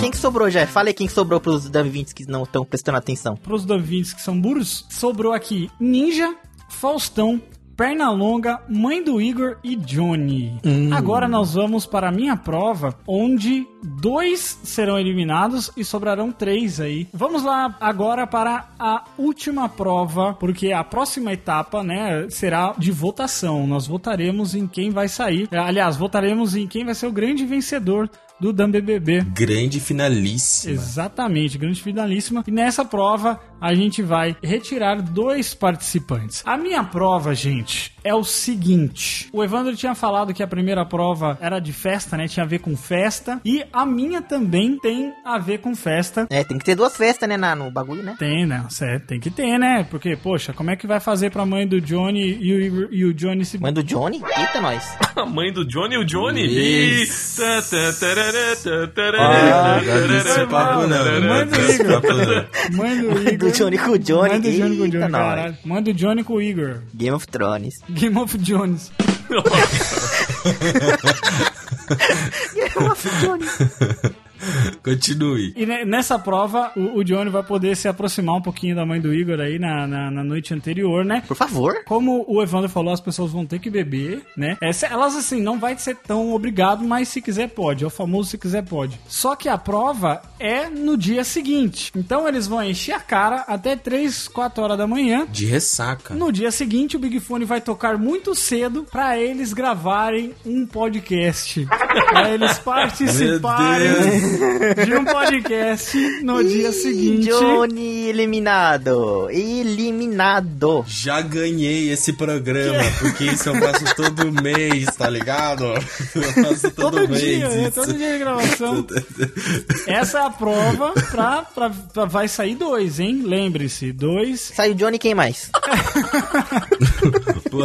Quem que sobrou, já? Fala aí quem que sobrou pros Dumb 20 que não estão prestando atenção. Então, Pros Davins que são burros, sobrou aqui Ninja, Faustão, Pernalonga, Mãe do Igor e Johnny. Agora nós vamos para a minha prova, onde dois serão eliminados e sobrarão três aí. Vamos lá agora para a última prova, porque a próxima etapa, né, será de votação. Nós votaremos em quem vai sair. Aliás, votaremos em quem vai ser o grande vencedor do Dan BBB. Grande finalíssima. Exatamente, grande finalíssima. E nessa prova a gente vai retirar dois participantes. A minha prova, gente, é o seguinte: o Evandro tinha falado que a primeira prova era de festa, né? Tinha a ver com festa. E a minha também tem a ver com festa. É, tem que ter duas festas, né, na, no bagulho, né? Tem, né? Cê- Tem que ter, né? Porque, poxa, como é que vai fazer pra mãe do Johnny e o, e o Johnny se. Mãe do Johnny? Eita, [LAUGHS] nós. A mãe do Johnny e o Johnny? Isso. Ih, tá, tá, tarará, tá, tarará, Ah, não dá esse tarará, papo não, não Manda dá esse Igor. papo não. Mãe do Mãe Igor. do Johnny com o Johnny. Mãe do Johnny com o Eita, Johnny, nós. caralho. Mãe do Johnny com o Igor. Game of Thrones. Game of Jones. Game of Thrones. Continue. E ne- nessa prova, o, o Johnny vai poder se aproximar um pouquinho da mãe do Igor aí na, na, na noite anterior, né? Por favor. Como o Evandro falou, as pessoas vão ter que beber, né? É, se- elas, assim, não vai ser tão obrigado, mas se quiser pode. É o famoso se quiser pode. Só que a prova é no dia seguinte. Então eles vão encher a cara até 3, 4 horas da manhã. De ressaca. É. No dia seguinte, o Big Fone vai tocar muito cedo pra eles gravarem um podcast. pra eles participarem de um podcast no dia Ih, seguinte. Johnny eliminado. Eliminado. Já ganhei esse programa, porque isso eu faço todo mês, tá ligado? [LAUGHS] Eu faço todo, é, Todo mês. dia, né? isso. todo dia de gravação. [LAUGHS] Essa é a prova pra, pra, pra- vai sair dois, hein? Lembre-se, dois. Saiu Johnny quem [LAUGHS] mais? Pô,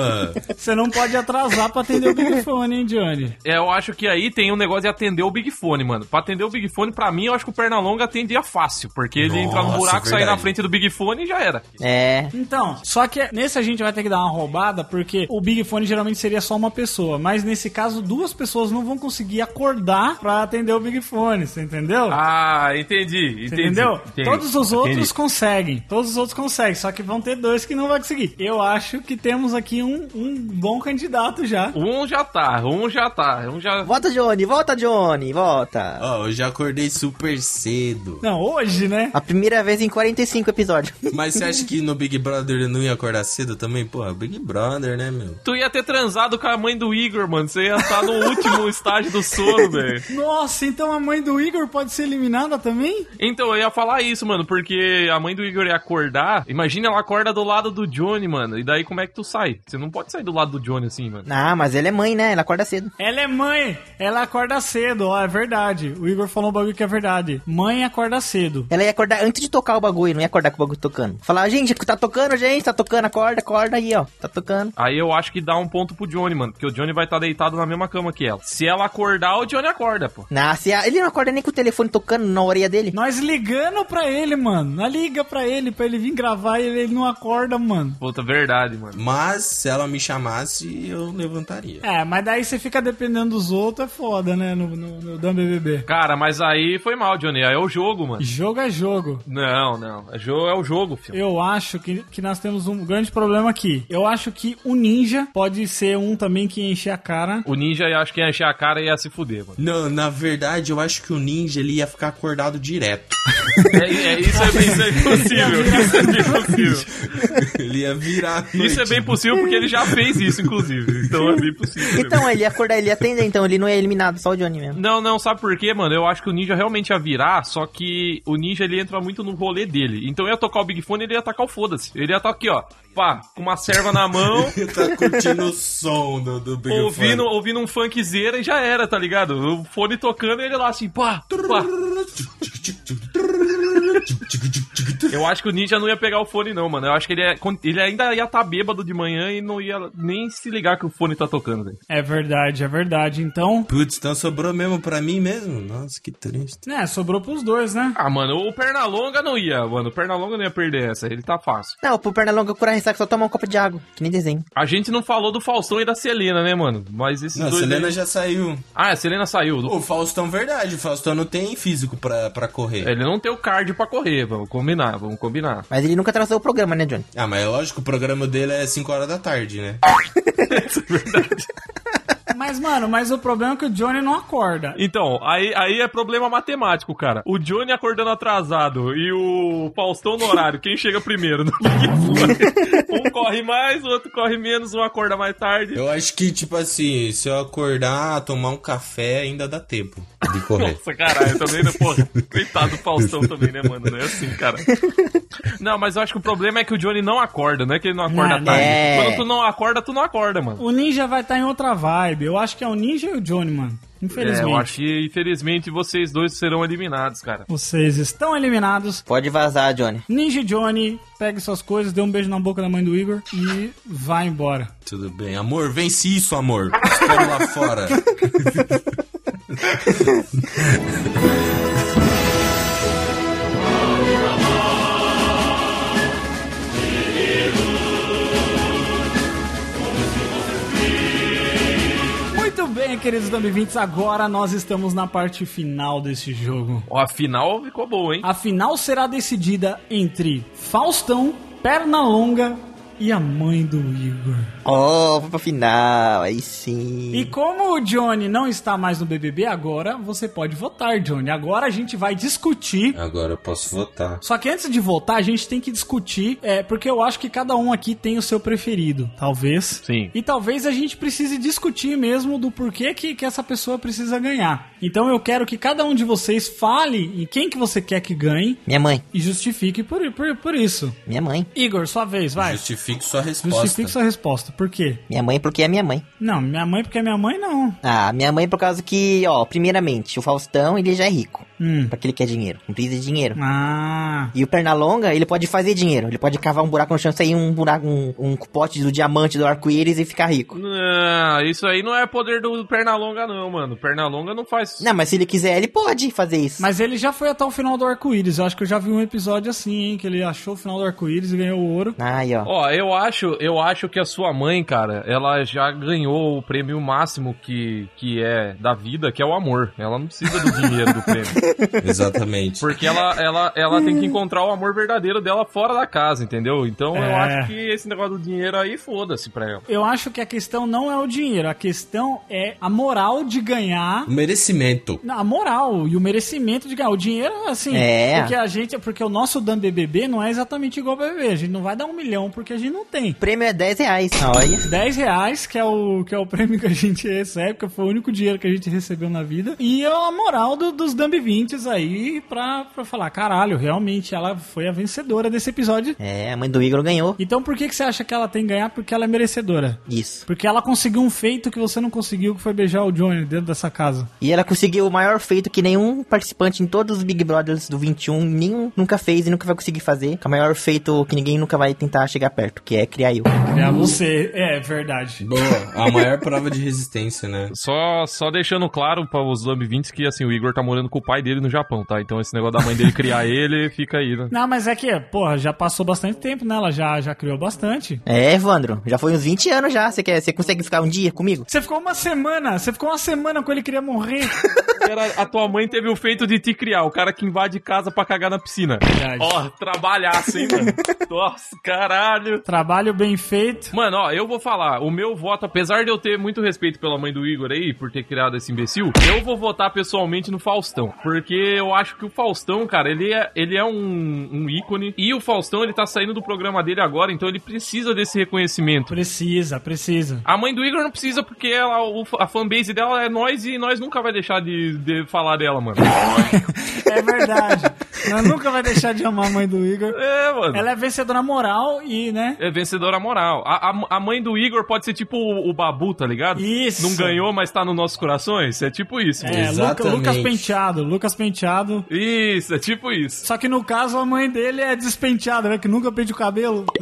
Você não pode atrasar pra atender o Big Fone, hein, Johnny? É, eu acho que aí tem um negócio de atender o Big Fone, mano. Pra atender o Big Fone, pra mim, eu acho que o Pernalonga atendia fácil. Porque ele entra no Nossa, buraco, sai verdade. na frente do Big Fone e já era. É. Então, só que nesse a gente vai ter que dar uma roubada, porque o Big Fone geralmente seria só uma pessoa, mas nesse caso duas pessoas não vão conseguir acordar pra atender o Big Fone, você entendeu? Ah, entendi, Você entendi. entendeu? Entendi. Todos os outros Entendi. conseguem. Todos os outros conseguem. Só que vão ter dois que não vai conseguir. Eu acho que temos aqui um, um bom candidato já. Um já tá, um já tá, um já... Volta, Johnny. Volta, Johnny. Volta. ó, eu já acordei super cedo. Não, hoje, né? A primeira vez em 45 episódios. Mas você acha que no Big Brother eu não ia acordar cedo também? Pô, Big Brother, né, meu? Tu ia ter transado com a mãe do Igor, mano. Você ia estar no último estágio do sono, velho. Nossa, então a mãe do Igor pode ser eliminada também? Então, eu ia falar isso, mano, porque a mãe do Igor ia acordar. Imagina ela acorda do lado do Johnny, mano. E daí como é que tu sai? Você não pode sair do lado do Johnny assim, mano. Ah, mas ela é mãe, né? Ela acorda cedo. Ela é mãe, ela acorda cedo, ó, é verdade. O Igor falou um bagulho que é verdade. Mãe acorda cedo. Ela ia acordar antes de tocar o bagulho, não ia acordar com o bagulho tocando. Falar, gente, tá tocando, gente, tá tocando, acorda, acorda aí, ó. Tá tocando. Aí eu acho que dá um ponto pro Johnny, mano. Porque o Johnny vai estar deitado na mesma cama que ela. Se ela acordar, o Johnny acorda, pô. Nasce, a- ele não acorda nem com o telefone tocando na orelha dele. Nós ligando pra ele, mano. Nós liga pra ele, pra ele vir gravar e ele não acorda, mano. Puta, verdade, mano. Mas se ela me chamasse, eu levantaria. É, mas daí você fica dependendo dos outros, é foda, né? No, no, no Dan BBB. Cara, mas aí foi mal, Johnny. Aí é o jogo, mano. Jogo é jogo. Não, não. É jo- é o jogo, filho. Eu acho que, que nós temos um grande problema aqui. Eu acho que o Ninja pode ser um também que enche a cara. O ninja, eu acho que ia encher a cara e ia se fuder, mano. Não, na verdade, eu acho que o ninja ele ia ficar acordado direto. [LAUGHS] É, é- isso, é, isso é impossível. Isso é bem possível. ele ia virar. à Isso é noite. bem possível porque ele já fez isso, inclusive. Então é bem possível. Então, ele ia acordar, ele ia atender, então ele não é eliminado, só o Johnny mesmo. Não, não, sabe por quê, mano? Eu acho que o Ninja realmente ia virar, só que o Ninja ele entra muito no rolê dele. Então eu ia tocar o Big Fone e ele ia atacar o foda-se. Ele ia estar aqui, ó, pá, com uma serva na mão, Ele tá curtindo o som do, do [LAUGHS] Big ouvindo, Fone. ouvindo um funkzeira e já era, tá ligado? O fone tocando e ele lá assim, pá, pá. Eu acho que o Ninja não ia pegar o fone, não, mano. Eu acho que ele, ia- ele ainda ia estar bêbado de manhã e não ia nem se ligar que o fone tá tocando, velho. É verdade, é verdade. Então, Putz, então sobrou mesmo pra mim mesmo? Nossa, que triste. né, sobrou pros dois, né? Ah, mano, o Pernalonga não ia, mano. O Pernalonga não ia perder essa, ele tá fácil. Não, pro Pernalonga curar ressaca, só tomar um copo de água, que nem desenho. A gente não falou do Faustão e da Selena, né, mano? Mas esses Não, a dois. Selena aí- já saiu. Ah, a Selena saiu. O Faustão, verdade. O Faustão não tem físico pra, pra correr. Ele não tem o cardio pra correr, vamos combinar, vamos combinar. Mas ele nunca traçou o programa, né, Johnny? Ah, mas é lógico, o programa dele é 5 horas da tarde, né? Mas, mano, mas o problema é que o Johnny não acorda. Então, aí, aí é problema matemático, cara. O Johnny acordando atrasado e o Faustão no horário, quem chega primeiro? [LAUGHS] No Big Fone? um corre mais, o outro corre menos, um acorda mais tarde. Eu acho que, tipo assim, se eu acordar, tomar um café, ainda dá tempo. de correr. Nossa, caralho, também, né, porra? Coitado do Faustão também, né, mano? Não é assim, cara. Não, mas eu acho que o problema é que o Johnny não acorda, não é que ele não acorda à Ah, tarde. né? Quando tu não acorda, tu não acorda, mano. O Ninja vai estar em outra vibe. Eu acho que é o Ninja e o Johnny, mano. É, eu Infelizmente. acho que, infelizmente, vocês dois serão eliminados, cara. Vocês estão eliminados. Pode vazar, Johnny. Ninja e Johnny, pegue suas coisas, dê um beijo na boca da mãe do Igor e vai embora. [LAUGHS] Tudo bem. Amor, vence isso, amor. Te Espero lá fora. Muito bem, queridos Dumb agora nós estamos na parte final desse jogo. Ó, a final ficou boa, hein? A final será decidida entre Faustão, Pernalonga e a mãe do Igor. Oh, vou pra final, aí sim. E como o Johnny não está mais no BBB agora, você pode votar, Johnny. Agora a gente vai discutir [LAUGHS] Agora eu posso votar. Só que antes de voltar, a gente tem que discutir, é, porque eu acho que cada um aqui tem o seu preferido, talvez. Sim. E talvez a gente precise discutir mesmo do porquê que, que essa pessoa precisa ganhar. Então eu quero que cada um de vocês fale em quem que você quer que ganhe Minha mãe, e justifique por, por, por isso. minha mãe. Igor, sua vez, vai. Justifique sua resposta. Justifique sua resposta. Por quê? Minha mãe porque é minha mãe. Não, minha mãe porque é minha mãe, não. Ah, minha mãe por causa que, ó, primeiramente, o Faustão, ele já é rico. Hum. Porque ele quer dinheiro, não precisa de dinheiro. Ah. E o Pernalonga, ele pode fazer dinheiro. Ele pode cavar um buraco no chão, sair um buraco, um, um pote do diamante do arco-íris e ficar rico. Não, isso aí não é poder do Pernalonga, não, mano. Pernalonga não faz. Não, mas se ele quiser, ele pode fazer isso. Mas ele já foi até o final do arco-íris. Eu acho que eu já vi um episódio assim, hein? Que ele achou o final do arco-íris e ganhou o ouro. Aí, ó. Ó, eu acho, eu acho que a sua mãe, cara, ela já ganhou o prêmio máximo que, que é da vida, que é o amor. Ela não precisa do dinheiro do prêmio. Exatamente. Porque ela, ela, ela tem que encontrar o amor verdadeiro dela fora da casa, entendeu? Então eu É. acho que esse negócio do dinheiro aí, foda-se pra ela. Eu acho que a questão não é o dinheiro, a questão é a moral de ganhar. O merecimento. A moral e o merecimento de ganhar. O dinheiro, assim, É. porque a gente. Porque o nosso Dan BBB não é exatamente igual ao BBB. A gente não vai dar um milhão porque a gente não tem. O prêmio é 10 reais. Olha. 10 reais, que é, o, que é o [LAUGHS] prêmio que a gente recebe, que foi o único dinheiro que a gente recebeu na vida. E é a moral do- dos Dumb 20 aí pra, pra falar: caralho, realmente ela foi a vencedora desse episódio. É, a mãe do Igor ganhou. Então por que, que você acha que ela tem que ganhar? Porque ela é merecedora. Isso. Porque ela conseguiu um feito que você não conseguiu, que foi beijar o Johnny dentro dessa casa. E ela conseguiu o maior feito que nenhum participante em todos os Big Brothers do 21 nenhum nunca fez e nunca vai conseguir fazer. Que é o maior feito que ninguém nunca vai tentar chegar perto, que é criar eu. É você, é verdade. Boa. A maior prova de resistência, né? Só, só deixando claro para os Lambivintes que assim, o Igor tá morando com o pai dele no Japão, tá? Então esse negócio da mãe dele criar ele fica aí, né? Não, mas é que, porra, já passou bastante tempo, né? Ela já, já criou bastante. É, Evandro, já foi uns 20 anos já. Você quer, você consegue ficar um dia comigo? Você ficou uma semana, você ficou uma semana com ele queria morrer. Cara, a tua mãe teve o feito de te criar, o cara que invade casa pra cagar na piscina. Verdade. Ó, trabalhaço, hein, mano? Nossa, caralho. Trabalho bem feito. Mano, ó, eu vou falar, o meu voto, apesar de eu ter muito respeito pela mãe do Igor aí, por ter criado esse imbecil, eu vou votar pessoalmente no Faustão. Porque eu acho que o Faustão, cara, ele é, ele é um, um ícone. E o Faustão, ele tá saindo do programa dele agora, então ele precisa desse reconhecimento. Precisa, precisa. A mãe do Igor não precisa, porque ela, o- a fanbase dela é nós e nós nunca vai deixar de, de falar dela, [LAUGHS] mano. É verdade. Ela nunca vai deixar de amar a mãe do Igor. É, mano. Ela é vencedora moral e, né? É vencedora moral. A, a- a mãe do Igor pode ser tipo o, o Babu, tá ligado? Isso. Não ganhou, mas tá nos nossos corações. É tipo isso. É, Luca- Lucas Exatamente. Penteado, Lucas Penteado. Isso, é tipo isso. [LAUGHS] Só que no caso a mãe dele é despenteada, né? Que nunca pende o cabelo. [LAUGHS]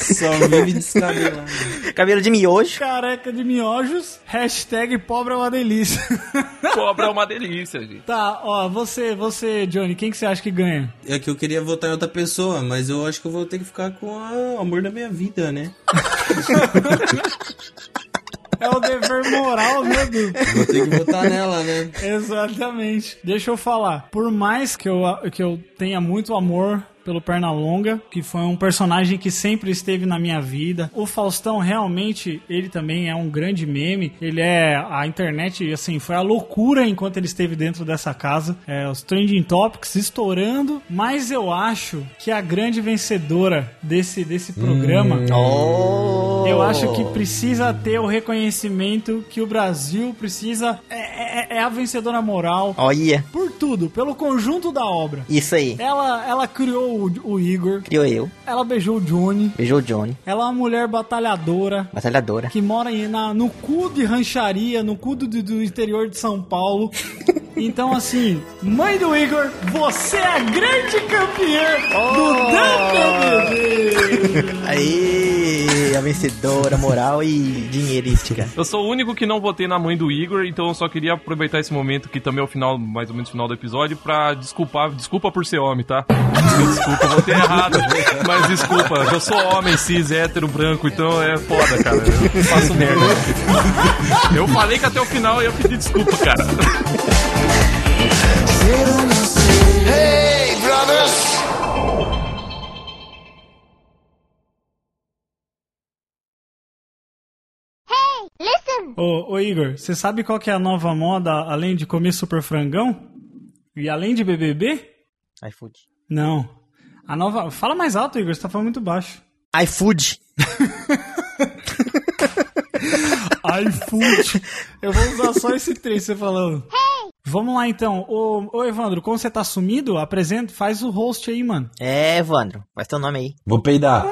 Só vive descabelado. Cabelo de miojo. Careca de miojos. Hashtag pobre é uma delícia. [LAUGHS] Cobra é uma delícia, gente. tá, ó, você, você, Johnny, quem que você acha que ganha? É que eu queria votar em outra pessoa, mas eu acho que eu vou ter que ficar com a- o amor da minha vida, né? É o dever moral, meu Deus. Vou ter que votar nela, né? [LAUGHS] Exatamente. Deixa eu falar. Por mais que eu, que eu tenha muito amor pelo Pernalonga, que foi um personagem que sempre esteve na minha vida. O Faustão realmente, ele também é um grande meme. Ele é a internet, assim, foi a loucura enquanto ele esteve dentro dessa casa. É, os trending topics estourando, mas eu acho que a grande vencedora desse, desse programa, Oh. eu acho que precisa ter o reconhecimento que o Brasil precisa. É, é- é a vencedora moral. Olha. Por tudo, pelo conjunto da obra. Isso aí. Ela, ela criou o, o Igor. Criou eu. Ela beijou o Johnny. Beijou o Johnny. Ela é uma mulher batalhadora Batalhadora. que mora em- na, no cu de rancharia, no cu do, do interior de São Paulo. Então, assim, mãe do Igor, você é a grande campeã do Dump Aí, a vencedora moral e dinheirística. Eu sou o único que não votei na mãe do Igor, então eu só queria aproveitar esse momento que também é o final, mais ou menos o final do episódio, pra desculpar. Desculpa por ser homem, tá? Me Desculpa, eu votei errado. Mas desculpa, eu sou homem, cis, hétero, branco, então é foda, cara. Eu faço merda. Eu falei que até o final eu ia pedir desculpa, cara. Hey, brothers! Ô, ô Igor, você sabe qual que é a nova moda além de comer super frangão? E além de BBB? iFood. Não. A nova. Fala mais alto, Igor, você tá falando muito baixo. iFood. [LAUGHS] iFood. [LAUGHS] Eu vou usar só esse trem você falando. Vamos lá então. Ô, ô Evandro, como você tá sumido, apresenta, faz o host aí, mano. É, Evandro, faz teu nome aí. Vou peidar.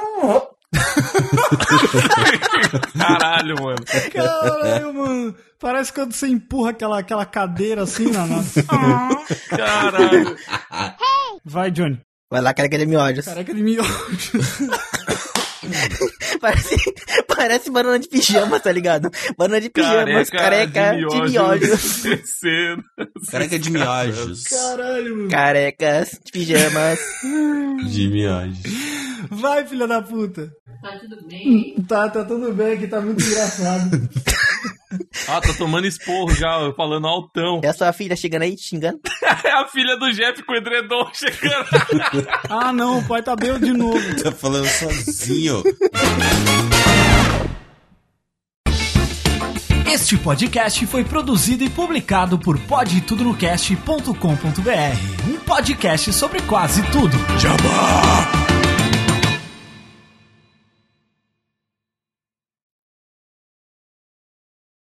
Caralho, mano. [LAUGHS] Caralho, mano. Parece quando você empurra aquela, aquela cadeira assim na nossa. [LAUGHS] Caralho. [LAUGHS] Vai, Johnny. Vai lá, careca de miolhos. Careca de miojos. [LAUGHS] Parece, parece banana de pijama, tá ligado? Banana de pijama, é careca, de [LAUGHS] miolhos. Descendo. Careca de miojos. Caralho, mano. Carecas de pijamas. De miojos. [LAUGHS] Vai, filha da puta. Tá tudo bem? Tá, tá tudo bem aqui, tá muito engraçado. Ah, tá tomando esporro já, ó, falando altão. É a sua filha chegando aí, te xingando. É a filha do Jeff com o edredom chegando. Ah, não, o pai tá bem de novo. Tá falando sozinho. Este podcast foi produzido e publicado por podtudonocast.com.br, um podcast sobre quase tudo. Jabá!